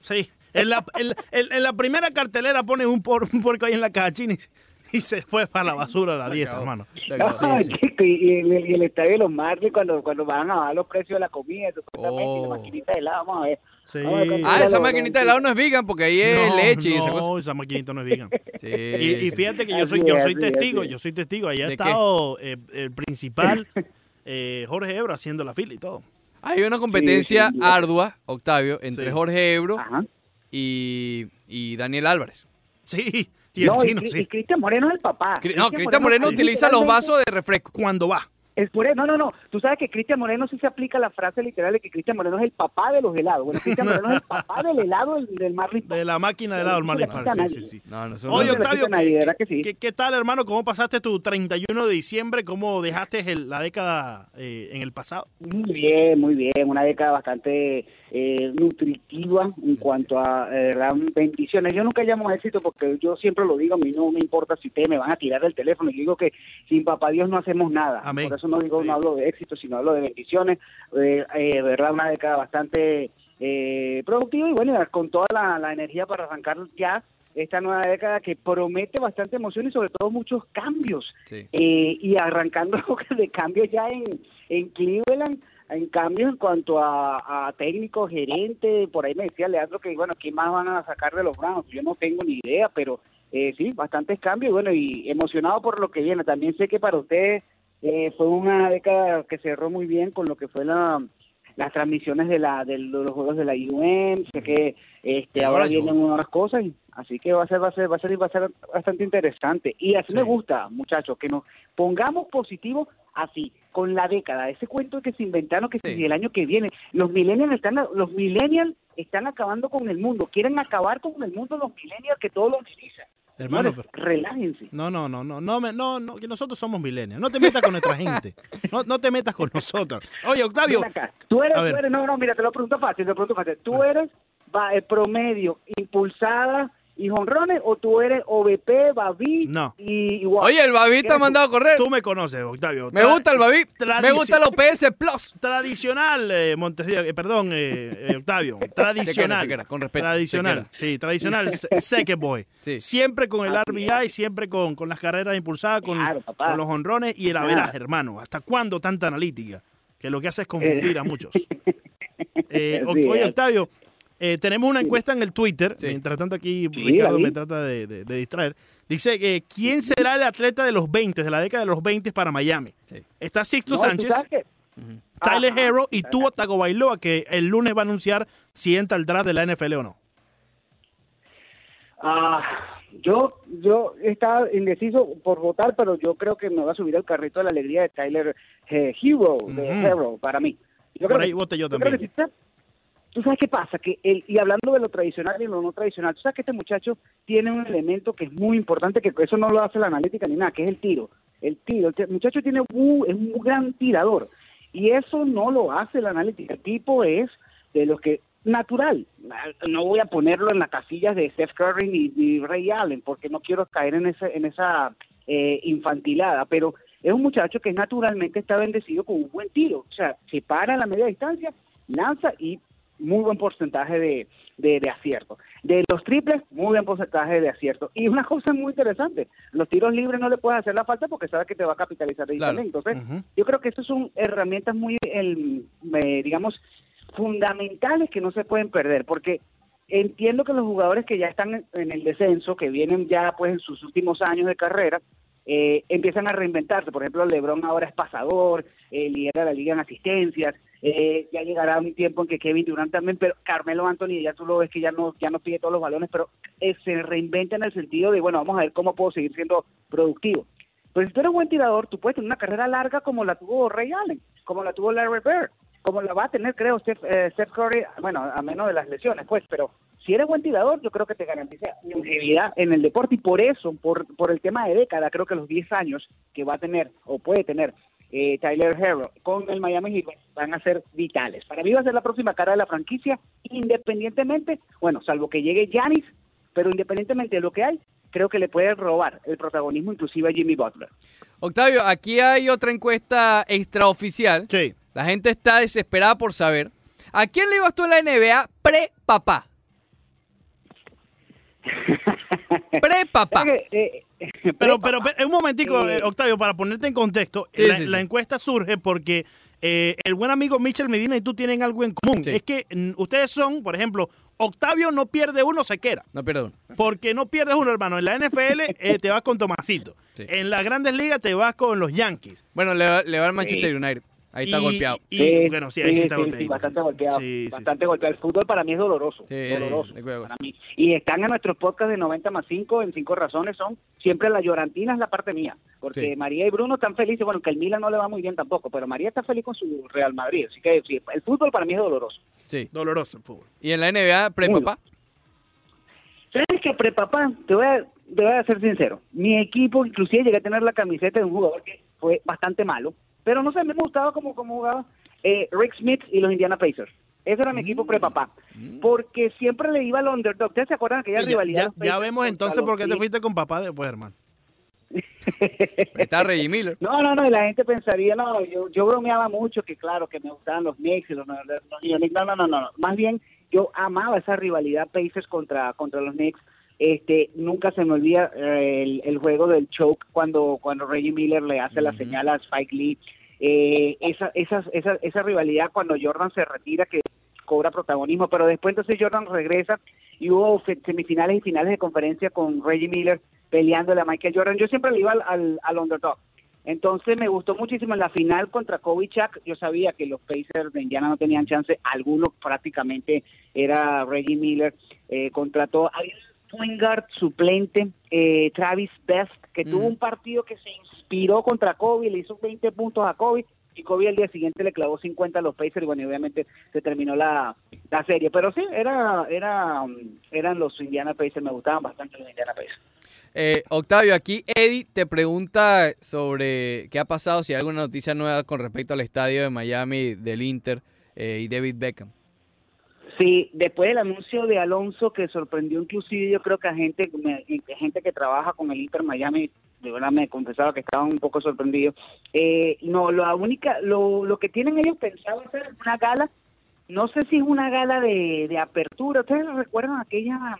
Speaker 2: Sí. En la, en la- en- en la primera cartelera ponen un, por, un puerco ahí en la cachina y, se- y se fue para la basura la dieta,
Speaker 1: acabó.
Speaker 2: hermano.
Speaker 1: Se
Speaker 3: No,
Speaker 1: acabó.
Speaker 3: chico, y, y el, y el estadio de los Marlins cuando, cuando van a bajar los precios de la comida, supuestamente, y
Speaker 1: Oh.
Speaker 3: la maquinita de helado, vamos a ver.
Speaker 2: Sí.
Speaker 1: Ah, esa
Speaker 3: Lo-
Speaker 1: maquinita de helado no es vegan porque ahí es
Speaker 2: No,
Speaker 1: leche y
Speaker 2: no,
Speaker 1: esa cosa.
Speaker 2: esa maquinita no es vegan.
Speaker 1: Sí.
Speaker 2: Y, y fíjate que yo
Speaker 3: Así
Speaker 2: soy, yo
Speaker 3: es,
Speaker 2: soy
Speaker 3: así es,
Speaker 2: testigo,
Speaker 3: así es.
Speaker 2: yo soy testigo. Ahí ha
Speaker 1: ¿De qué?
Speaker 2: estado eh, el principal eh, Jorge Ebro haciendo la fila y todo.
Speaker 1: Hay una competencia
Speaker 3: Sí, sí, sí.
Speaker 1: ardua, Octavio, entre
Speaker 2: Sí.
Speaker 1: Jorge Ebro
Speaker 3: Ajá.
Speaker 1: y, y Daniel Álvarez.
Speaker 2: Sí, y el
Speaker 3: No,
Speaker 2: chino,
Speaker 3: Cri-
Speaker 2: sí.
Speaker 3: y Cristian Moreno es el papá.
Speaker 1: Cri- No, Cristian Moreno
Speaker 3: es
Speaker 1: utiliza los
Speaker 3: literalmente-
Speaker 1: vasos de refresco.
Speaker 2: Cuando va.
Speaker 3: Es por eso. No, no, no. Tú sabes que Cristian Moreno sí se aplica la frase literal de que Cristian Moreno es el papá de los helados. Bueno, Cristian Moreno es el papá del helado del, del Marlins.
Speaker 2: De la máquina de lado del Marlin Park. Sí, sí, sí.
Speaker 1: No, no, eso no-
Speaker 2: Oye,
Speaker 3: se lo
Speaker 2: Octavio,
Speaker 3: quitan ahí, de
Speaker 2: ¿qué,
Speaker 3: verdad que sí.
Speaker 2: qué- qué tal, hermano? ¿Cómo pasaste tu 31 de diciembre? ¿Cómo dejaste el- la década eh, en el pasado?
Speaker 3: Muy bien, muy bien. Una década bastante eh, nutritiva en cuanto a eh, de verdad, bendiciones. Yo nunca llamo éxito porque yo siempre lo digo. A mí no me importa si ustedes me van a tirar del teléfono. Yo digo que sin papá Dios no hacemos nada.
Speaker 2: Amén.
Speaker 3: Por eso no digo,
Speaker 2: Sí.
Speaker 3: no hablo de éxito, sino hablo de bendiciones. Eh, eh, de verdad, una década bastante eh, productiva y bueno, con toda la, la energía para arrancar ya esta nueva década que promete bastante emoción y sobre todo muchos cambios.
Speaker 1: Sí.
Speaker 3: Eh, y arrancando de cambios ya en, en Cleveland, en cambio en cuanto a, a técnico, gerente, por ahí me decía Leandro que, bueno, ¿qué más van a sacar de los Browns? Yo no tengo ni idea, pero eh, sí, bastantes cambios, y bueno, y emocionado por lo que viene. También sé que para ustedes eh, fue una década que cerró muy bien con lo que fue la las transmisiones de la de los juegos de la IUM, sé que este
Speaker 1: Ahora
Speaker 3: ahora
Speaker 1: yo.
Speaker 3: vienen unas cosas, y- así que va a ser va a ser va a ser, va a ser bastante interesante y así
Speaker 2: Sí.
Speaker 3: me gusta, muchachos, que nos pongamos positivos así con la década, ese cuento que se inventaron que
Speaker 1: Sí.
Speaker 3: si el año que viene, los millennials están los millennials están acabando con el mundo, quieren acabar con el mundo los millennials que todo lo utilizan.
Speaker 2: Hermano,
Speaker 3: Señores,
Speaker 2: pero-
Speaker 3: relájense.
Speaker 2: No, no, no, no, no, me- no, no, que nosotros somos milenios. No te metas con nuestra gente. No, no te metas con nosotros. Oye, Octavio,
Speaker 3: Ven acá. Tú eres,
Speaker 2: A
Speaker 3: tú
Speaker 2: ver.
Speaker 3: eres- no, no, mira, te lo pregunto fácil, te lo pregunto fácil. ¿Tú eres va, eh, promedio, impulsada y jonrones o tú eres OBP, Babi
Speaker 2: No.
Speaker 3: y, y guau?
Speaker 1: Oye, el Babi te ha
Speaker 3: ¿Quieres-
Speaker 1: mandado a correr.
Speaker 2: tú me conoces, Octavio.
Speaker 1: Me
Speaker 2: Tra-
Speaker 1: gusta el Babi. Me
Speaker 2: tradici-
Speaker 1: gusta el OPS Plus.
Speaker 2: Tradicional, eh, Montes- eh, perdón, eh, eh, Octavio. Tradicional.
Speaker 1: Se queda, con respeto.
Speaker 2: tradicional,
Speaker 1: se queda.
Speaker 2: sí, tradicional. se- Seque boy.
Speaker 1: Sí.
Speaker 2: Siempre con el
Speaker 3: Así
Speaker 2: RBI, siempre con, con las carreras impulsadas, con,
Speaker 3: Claro, papá.
Speaker 2: con los honrones y el
Speaker 3: Claro.
Speaker 2: averaje, hermano. ¿Hasta cuándo tanta analítica? Que lo que hace es confundir a muchos. Eh, o-
Speaker 3: Así
Speaker 2: oye,
Speaker 3: es.
Speaker 2: Octavio, Eh, tenemos una
Speaker 3: Sí.
Speaker 2: encuesta en el Twitter.
Speaker 1: Sí.
Speaker 2: Mientras tanto, aquí
Speaker 3: Sí,
Speaker 2: Ricardo
Speaker 3: David.
Speaker 2: me trata de, de- de distraer. Dice que ¿quién será el atleta de los 20, de la década de los 20 para Miami?
Speaker 1: Sí.
Speaker 2: Está Sixto
Speaker 3: No, tú
Speaker 2: Sánchez,
Speaker 3: sabes Ah, que-
Speaker 1: Ujú.
Speaker 2: Tyler
Speaker 3: Ajá.
Speaker 2: Hero y Tua Tagovailoa, que el lunes va a anunciar si entra al draft de la NFL o no.
Speaker 3: Ah, yo, yo estaba indeciso por votar, pero yo creo que me va a subir al carrito de la alegría de Tyler eh, Hero, de
Speaker 2: Ujú.
Speaker 3: Hero, para mí. Yo
Speaker 2: Por
Speaker 3: creo
Speaker 2: ahí
Speaker 3: que-
Speaker 2: voté yo
Speaker 3: yo creo que
Speaker 2: también.
Speaker 3: sí está- Tú sabes qué pasa, que el, y hablando de lo tradicional y lo no tradicional, tú sabes que este muchacho tiene un elemento que es muy importante, que eso no lo hace la analítica ni nada, que es el tiro. El tiro, el muchacho tiene un, es un gran tirador y eso no lo hace la analítica. El tipo es de los que natural. No voy a ponerlo en las casillas de Steph Curry ni, ni Ray Allen porque no quiero caer en esa, en esa eh, infantilada, pero es un muchacho que naturalmente está bendecido con un buen tiro. O sea, se para a la media distancia, lanza y muy buen porcentaje de, de, de acierto. De los triples, muy buen porcentaje de acierto. Y una cosa muy interesante, los tiros libres no le puedes hacer la falta porque sabes que te va a capitalizar de
Speaker 1: Claro.
Speaker 3: Entonces,
Speaker 2: Ujú.
Speaker 3: yo creo que estas son herramientas muy, el, eh, digamos, fundamentales que no se pueden perder, porque entiendo que los jugadores que ya están en- en el descenso, que vienen ya pues en sus últimos años de carrera, eh, empiezan a reinventarse. Por ejemplo, LeBron ahora es pasador, eh, lidera la liga en asistencias, eh, ya llegará un tiempo en que Kevin Durant también, pero Carmelo Anthony ya tú lo ves que ya no, ya no pide todos los balones, pero eh, se reinventa en el sentido de, bueno, vamos a ver cómo puedo seguir siendo productivo. Pero Pues si tú eres buen tirador, tú puedes tener una carrera larga como la tuvo Ray Allen, como la tuvo Larry Bird, como la va a tener, creo, Steph, eh, Steph Curry, bueno, a menos de las lesiones, pues, pero si eres buen tirador, yo creo que te garantiza longevidad en el deporte y por eso, por, por el tema de década, creo que los 10 años que va a tener o puede tener eh, Tyler Herro con el Miami Heat van a ser vitales. Para mí va a ser la próxima cara de la franquicia, independientemente, bueno, salvo que llegue Giannis, pero independientemente de lo que hay, creo que le puede robar el protagonismo inclusive a Jimmy Butler.
Speaker 1: Octavio, aquí hay otra encuesta extraoficial.
Speaker 2: Sí.
Speaker 1: La gente está desesperada por saber. ¿A quién le ibas tú en la NBA pre-papá? Pre-papá.
Speaker 3: ¿Sabes qué? Eh,
Speaker 2: Pero,
Speaker 3: papá.
Speaker 2: pero, pero, un momentico,
Speaker 3: Eh,
Speaker 2: eh, Octavio, para ponerte en contexto,
Speaker 1: Sí,
Speaker 2: la,
Speaker 1: sí, sí.
Speaker 2: la encuesta surge porque eh, el buen amigo Michel Medina y tú tienen algo en común.
Speaker 1: Sí.
Speaker 2: Es que mm, ustedes son, por ejemplo, Octavio no pierde uno, se queda.
Speaker 1: No, perdón.
Speaker 2: Porque no pierdes uno, hermano. En la NFL eh, te vas con Tomasito.
Speaker 1: Sí.
Speaker 2: En las grandes ligas te vas con los Yankees.
Speaker 1: Bueno, le, va- le va al Manchester United. Ahí está
Speaker 2: Y-
Speaker 1: golpeado.
Speaker 2: Y,
Speaker 3: este, Sí,
Speaker 2: bueno, sí, ahí sí está golpeado.
Speaker 3: bastante golpeado.
Speaker 2: Sí, sí,
Speaker 3: bastante
Speaker 2: sí.
Speaker 3: golpeado. El fútbol para mí es doloroso.
Speaker 1: Sí,
Speaker 3: doloroso
Speaker 1: sí, de acuerdo.
Speaker 3: para mí. Y están en nuestros podcasts de 90 más 5, en 5 razones, son siempre la llorantina es la parte mía. Porque
Speaker 1: Sí.
Speaker 3: María y Bruno están felices. Bueno, que el Milan no le va muy bien tampoco, pero María está feliz con su Real Madrid. Así que sí, el fútbol para mí es doloroso.
Speaker 1: Sí.
Speaker 2: Doloroso el fútbol.
Speaker 1: Y en la NBA pre-papá.
Speaker 3: ¿Sabes qué, prepapá? Te voy, a, te voy a ser sincero. Mi equipo, inclusive, llegué a tener la camiseta de un jugador que fue bastante malo. Pero no sé, me gustaba como, como jugaba eh, Rick Smith y los Indiana Pacers. Ese era mi equipo prepapá. Porque siempre le iba al underdog. ¿Ustedes se acuerdan de
Speaker 2: Mm. Pues Ya,
Speaker 3: aquella rivalidad? de
Speaker 2: ya-
Speaker 3: los
Speaker 2: ya
Speaker 3: Pacers
Speaker 2: vemos
Speaker 3: contra
Speaker 2: entonces
Speaker 3: los
Speaker 2: por qué te
Speaker 3: Knicks?
Speaker 2: fuiste con papá después, hermano.
Speaker 1: Está Reggie Miller.
Speaker 3: No, no, no, y la gente pensaría, no, yo, yo bromeaba mucho que claro, que me gustaban los Knicks y los, los, los Knicks. No, no, no, no, no. más bien yo amaba esa rivalidad Pacers contra, contra los Knicks. Este, nunca se me olvida eh, el, el juego del choke cuando, cuando Reggie Miller le hace la
Speaker 1: Ujú.
Speaker 3: señal a Spike Lee. Eh, esa, esas- esa, esa rivalidad cuando Jordan se retira que cobra protagonismo, pero después entonces Jordan regresa y hubo fe- semifinales y finales de conferencia con Reggie Miller peleándole a Michael Jordan. Yo siempre le iba al, al, al underdog. Entonces me gustó muchísimo en la final contra Kobe Chuck. Yo sabía que los Pacers de Indiana no tenían chance, algunos prácticamente era Reggie Miller. eh, contrató a un point guard suplente, eh, Travis Best, que
Speaker 1: Mm.
Speaker 3: tuvo un partido que se inspiró contra Kobe, le hizo 20 puntos a Kobe. Y Kobe al día siguiente le clavó 50 a los Pacers y bueno, y obviamente se terminó la, la serie. Pero sí, era, era, um, eran los Indiana Pacers, me gustaban bastante los Indiana Pacers.
Speaker 1: Eh, Octavio, aquí Eddie te pregunta sobre qué ha pasado, si hay alguna noticia nueva con respecto al estadio de Miami del Inter eh, y David Beckham.
Speaker 3: Sí, después del anuncio de Alonso que sorprendió inclusive yo creo que a gente, me- eh, gente que trabaja con el Inter Miami, de verdad me confesaba que estaban un poco sorprendidos. Eh, no, la única, lo, lo que tienen ellos pensado hacer es una gala, no sé si es una gala de, de apertura, ¿ustedes recuerdan aquella...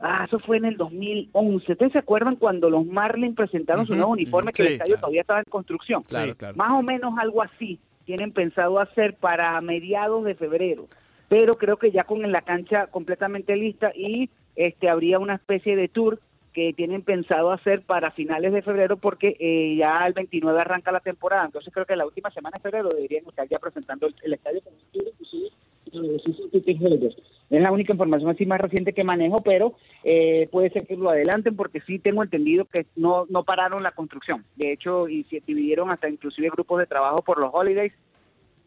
Speaker 3: Ah, eso fue en el 2011. ¿Ustedes se acuerdan cuando los Marlins presentaron su
Speaker 2: Ujú,
Speaker 3: nuevo uniforme
Speaker 2: ujú,
Speaker 3: que el
Speaker 2: sí,
Speaker 3: estadio
Speaker 2: claro.
Speaker 3: todavía estaba en construcción?
Speaker 1: Claro,
Speaker 2: Sí.
Speaker 1: claro.
Speaker 3: Más o menos algo así tienen pensado hacer para mediados de febrero. pero creo que ya con la cancha completamente lista y este habría una especie de tour que tienen pensado hacer para finales de febrero porque eh, ya el 29 arranca la temporada, entonces creo que la última semana de febrero deberían estar ya presentando el, el estadio como un tour, inclusive, eh, sí, sí, sí, sí, es la única información así más reciente que manejo, pero eh, puede ser que lo adelanten porque sí tengo entendido que no, no pararon la construcción. De hecho, y se dividieron hasta inclusive grupos de trabajo por los holidays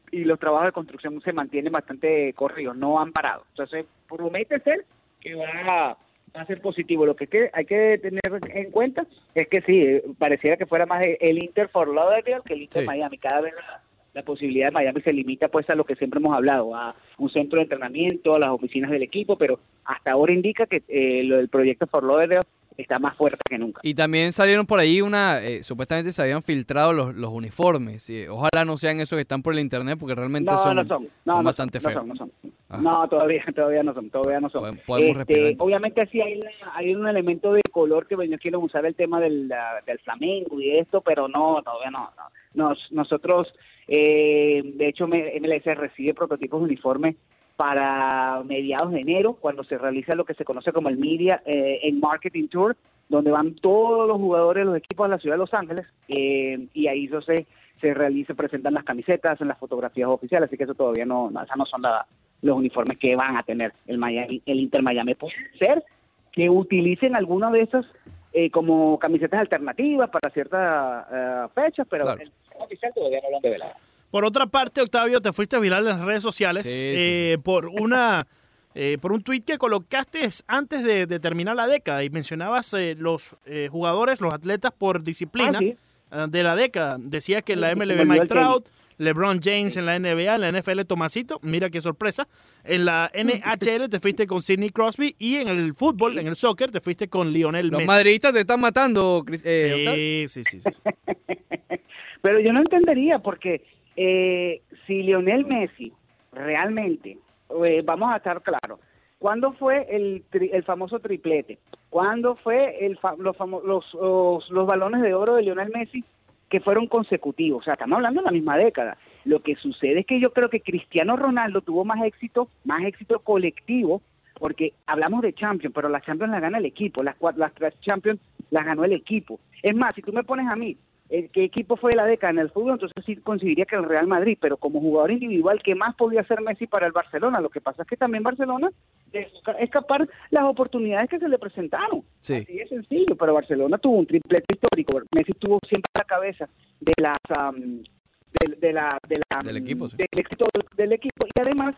Speaker 3: y los trabajos de construcción se mantienen bastante corridos, no han parado. Entonces, promete ser que va a, va a ser positivo. Lo que, que hay que tener en cuenta es que sí, pareciera que fuera más el Inter for Lauderdale que el Inter
Speaker 1: Sí.
Speaker 3: Miami. Cada vez la- la posibilidad de Miami se limita pues a lo que siempre hemos hablado, a un centro de entrenamiento, a las oficinas del equipo, pero hasta ahora indica que eh, lo del proyecto For Lauderdale está más fuerte que nunca.
Speaker 1: Y también salieron por ahí una, eh, supuestamente se habían filtrado los, los uniformes. y ojalá no sean esos que están por el internet porque realmente
Speaker 3: No,
Speaker 1: son,
Speaker 3: no son, no,
Speaker 1: son
Speaker 3: no
Speaker 1: bastante
Speaker 3: son,
Speaker 1: feos.
Speaker 3: no son, no son.
Speaker 1: Ajá.
Speaker 3: No, todavía, todavía no son, todavía no son.
Speaker 1: Podemos- podemos
Speaker 3: Este,
Speaker 1: respirar.
Speaker 3: obviamente sí hay, la- hay un elemento de color que bueno, quieren usar el tema del, la- del flamenco y esto, pero no, todavía no. no. Nos- nosotros, eh, de hecho, me- MLS recibe prototipos de uniformes para mediados de enero, cuando se realiza lo que se conoce como el Media eh, and Marketing Tour, donde van todos los jugadores de los equipos a la ciudad de Los Ángeles eh, y ahí yo sé se realiza, presentan las camisetas, en las fotografías oficiales, así que eso todavía no, no, esas no son la- los uniformes que van a tener el Miami, el Inter Miami. Puede ser que utilicen alguna de esas eh, como camisetas alternativas para ciertas eh, fechas, pero
Speaker 1: Claro.
Speaker 3: el oficial todavía no lo han develado.
Speaker 2: Por otra parte, Octavio, te fuiste viral en las redes sociales
Speaker 1: Sí, sí,
Speaker 2: eh, por una eh, por un tuit que colocaste antes de, de terminar la década y mencionabas eh, los eh, jugadores, los atletas por disciplina
Speaker 3: Ah, sí.
Speaker 2: ah, de la década. Decías que en la
Speaker 3: Sí, se me
Speaker 2: MLB
Speaker 3: olvidó
Speaker 2: Mike
Speaker 3: el tenis.
Speaker 2: Trout, LeBron James en la NBA, en la NFL Tomasito, mira qué sorpresa. En la NHL te fuiste con Sidney Crosby y en el fútbol, en el soccer, te fuiste con Lionel
Speaker 1: Los
Speaker 2: Messi.
Speaker 1: madridistas te están matando, Cris- eh, Octavio.
Speaker 2: Sí, sí, sí, sí, sí.
Speaker 3: Pero yo no entendería porque eh, si Lionel Messi realmente, eh, vamos a estar claros, ¿cuándo fue el, tri- el famoso triplete? ¿Cuándo fue el fa- los, famo- los, los, los balones de oro de Lionel Messi que fueron consecutivos? O sea, estamos hablando de la misma década. Lo que sucede es que yo creo que Cristiano Ronaldo tuvo más éxito, más éxito colectivo, porque hablamos de Champions, pero las Champions las gana el equipo, las, cua- las tres Champions las ganó el equipo. Es más, si tú me pones a mí, eh, ¿qué equipo fue de la década en el fútbol? Entonces sí consideraría que el Real Madrid, pero como jugador individual, ¿qué más podía hacer Messi para el Barcelona? Lo que pasa es que también Barcelona dejó escapar las oportunidades que se le presentaron.
Speaker 1: Sí.
Speaker 3: Así de sencillo, pero Barcelona tuvo un triplete histórico. Messi tuvo siempre a la cabeza de las... am, de, de la, de la-
Speaker 1: Del equipo, sí.
Speaker 3: del éxito del equipo. Y además,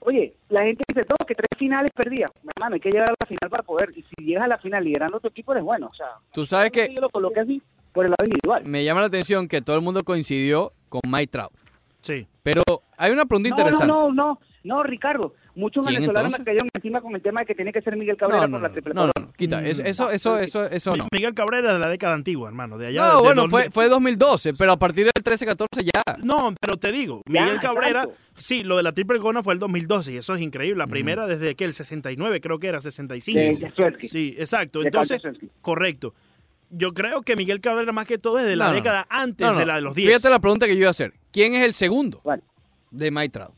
Speaker 3: oye, la gente dice, no, que tres finales perdidas. Hermano, hay que llegar a la final para poder. Y si llegas a la final liderando tu equipo, eres bueno. O sea,
Speaker 1: Tú sabes que
Speaker 3: yo lo coloqué así por el lado individual.
Speaker 1: me llama la atención que todo el mundo coincidió con Mike Trout.
Speaker 2: Sí.
Speaker 1: Pero hay una pregunta
Speaker 3: No, no,
Speaker 1: interesante.
Speaker 3: no, no, no, Ricardo. Muchos
Speaker 1: ¿Quién,
Speaker 3: venezolanos
Speaker 1: entonces?
Speaker 3: me cayeron encima con el tema de que tiene que ser Miguel Cabrera por la triple
Speaker 1: no,
Speaker 3: corona.
Speaker 1: no, no, quita.
Speaker 2: Mm,
Speaker 1: es- eso, eso, eso, eso no.
Speaker 2: Miguel Cabrera de la década antigua, hermano. De allá de-
Speaker 1: No,
Speaker 2: de
Speaker 1: bueno,
Speaker 2: 2000.
Speaker 1: fue, fue 2012, pero a partir del 13-14 ya.
Speaker 2: No, pero te digo,
Speaker 3: Ya,
Speaker 2: Miguel Cabrera,
Speaker 3: exacto.
Speaker 2: sí, lo de la triple corona fue el 2012 y eso es increíble. La primera desde que el 69, creo que era 65.
Speaker 3: Eh, De
Speaker 2: Sí,
Speaker 3: Yastrzemski.
Speaker 2: exacto.
Speaker 3: De
Speaker 2: Entonces,
Speaker 3: Karl Yastrzemski.
Speaker 2: correcto. Yo creo que Miguel Cabrera más que todo es de la
Speaker 1: No, no.
Speaker 2: década antes
Speaker 1: No, no.
Speaker 2: de la de los 10.
Speaker 1: Fíjate la pregunta que yo iba a hacer. ¿Quién es el segundo
Speaker 3: Bueno,
Speaker 1: de Mike Trout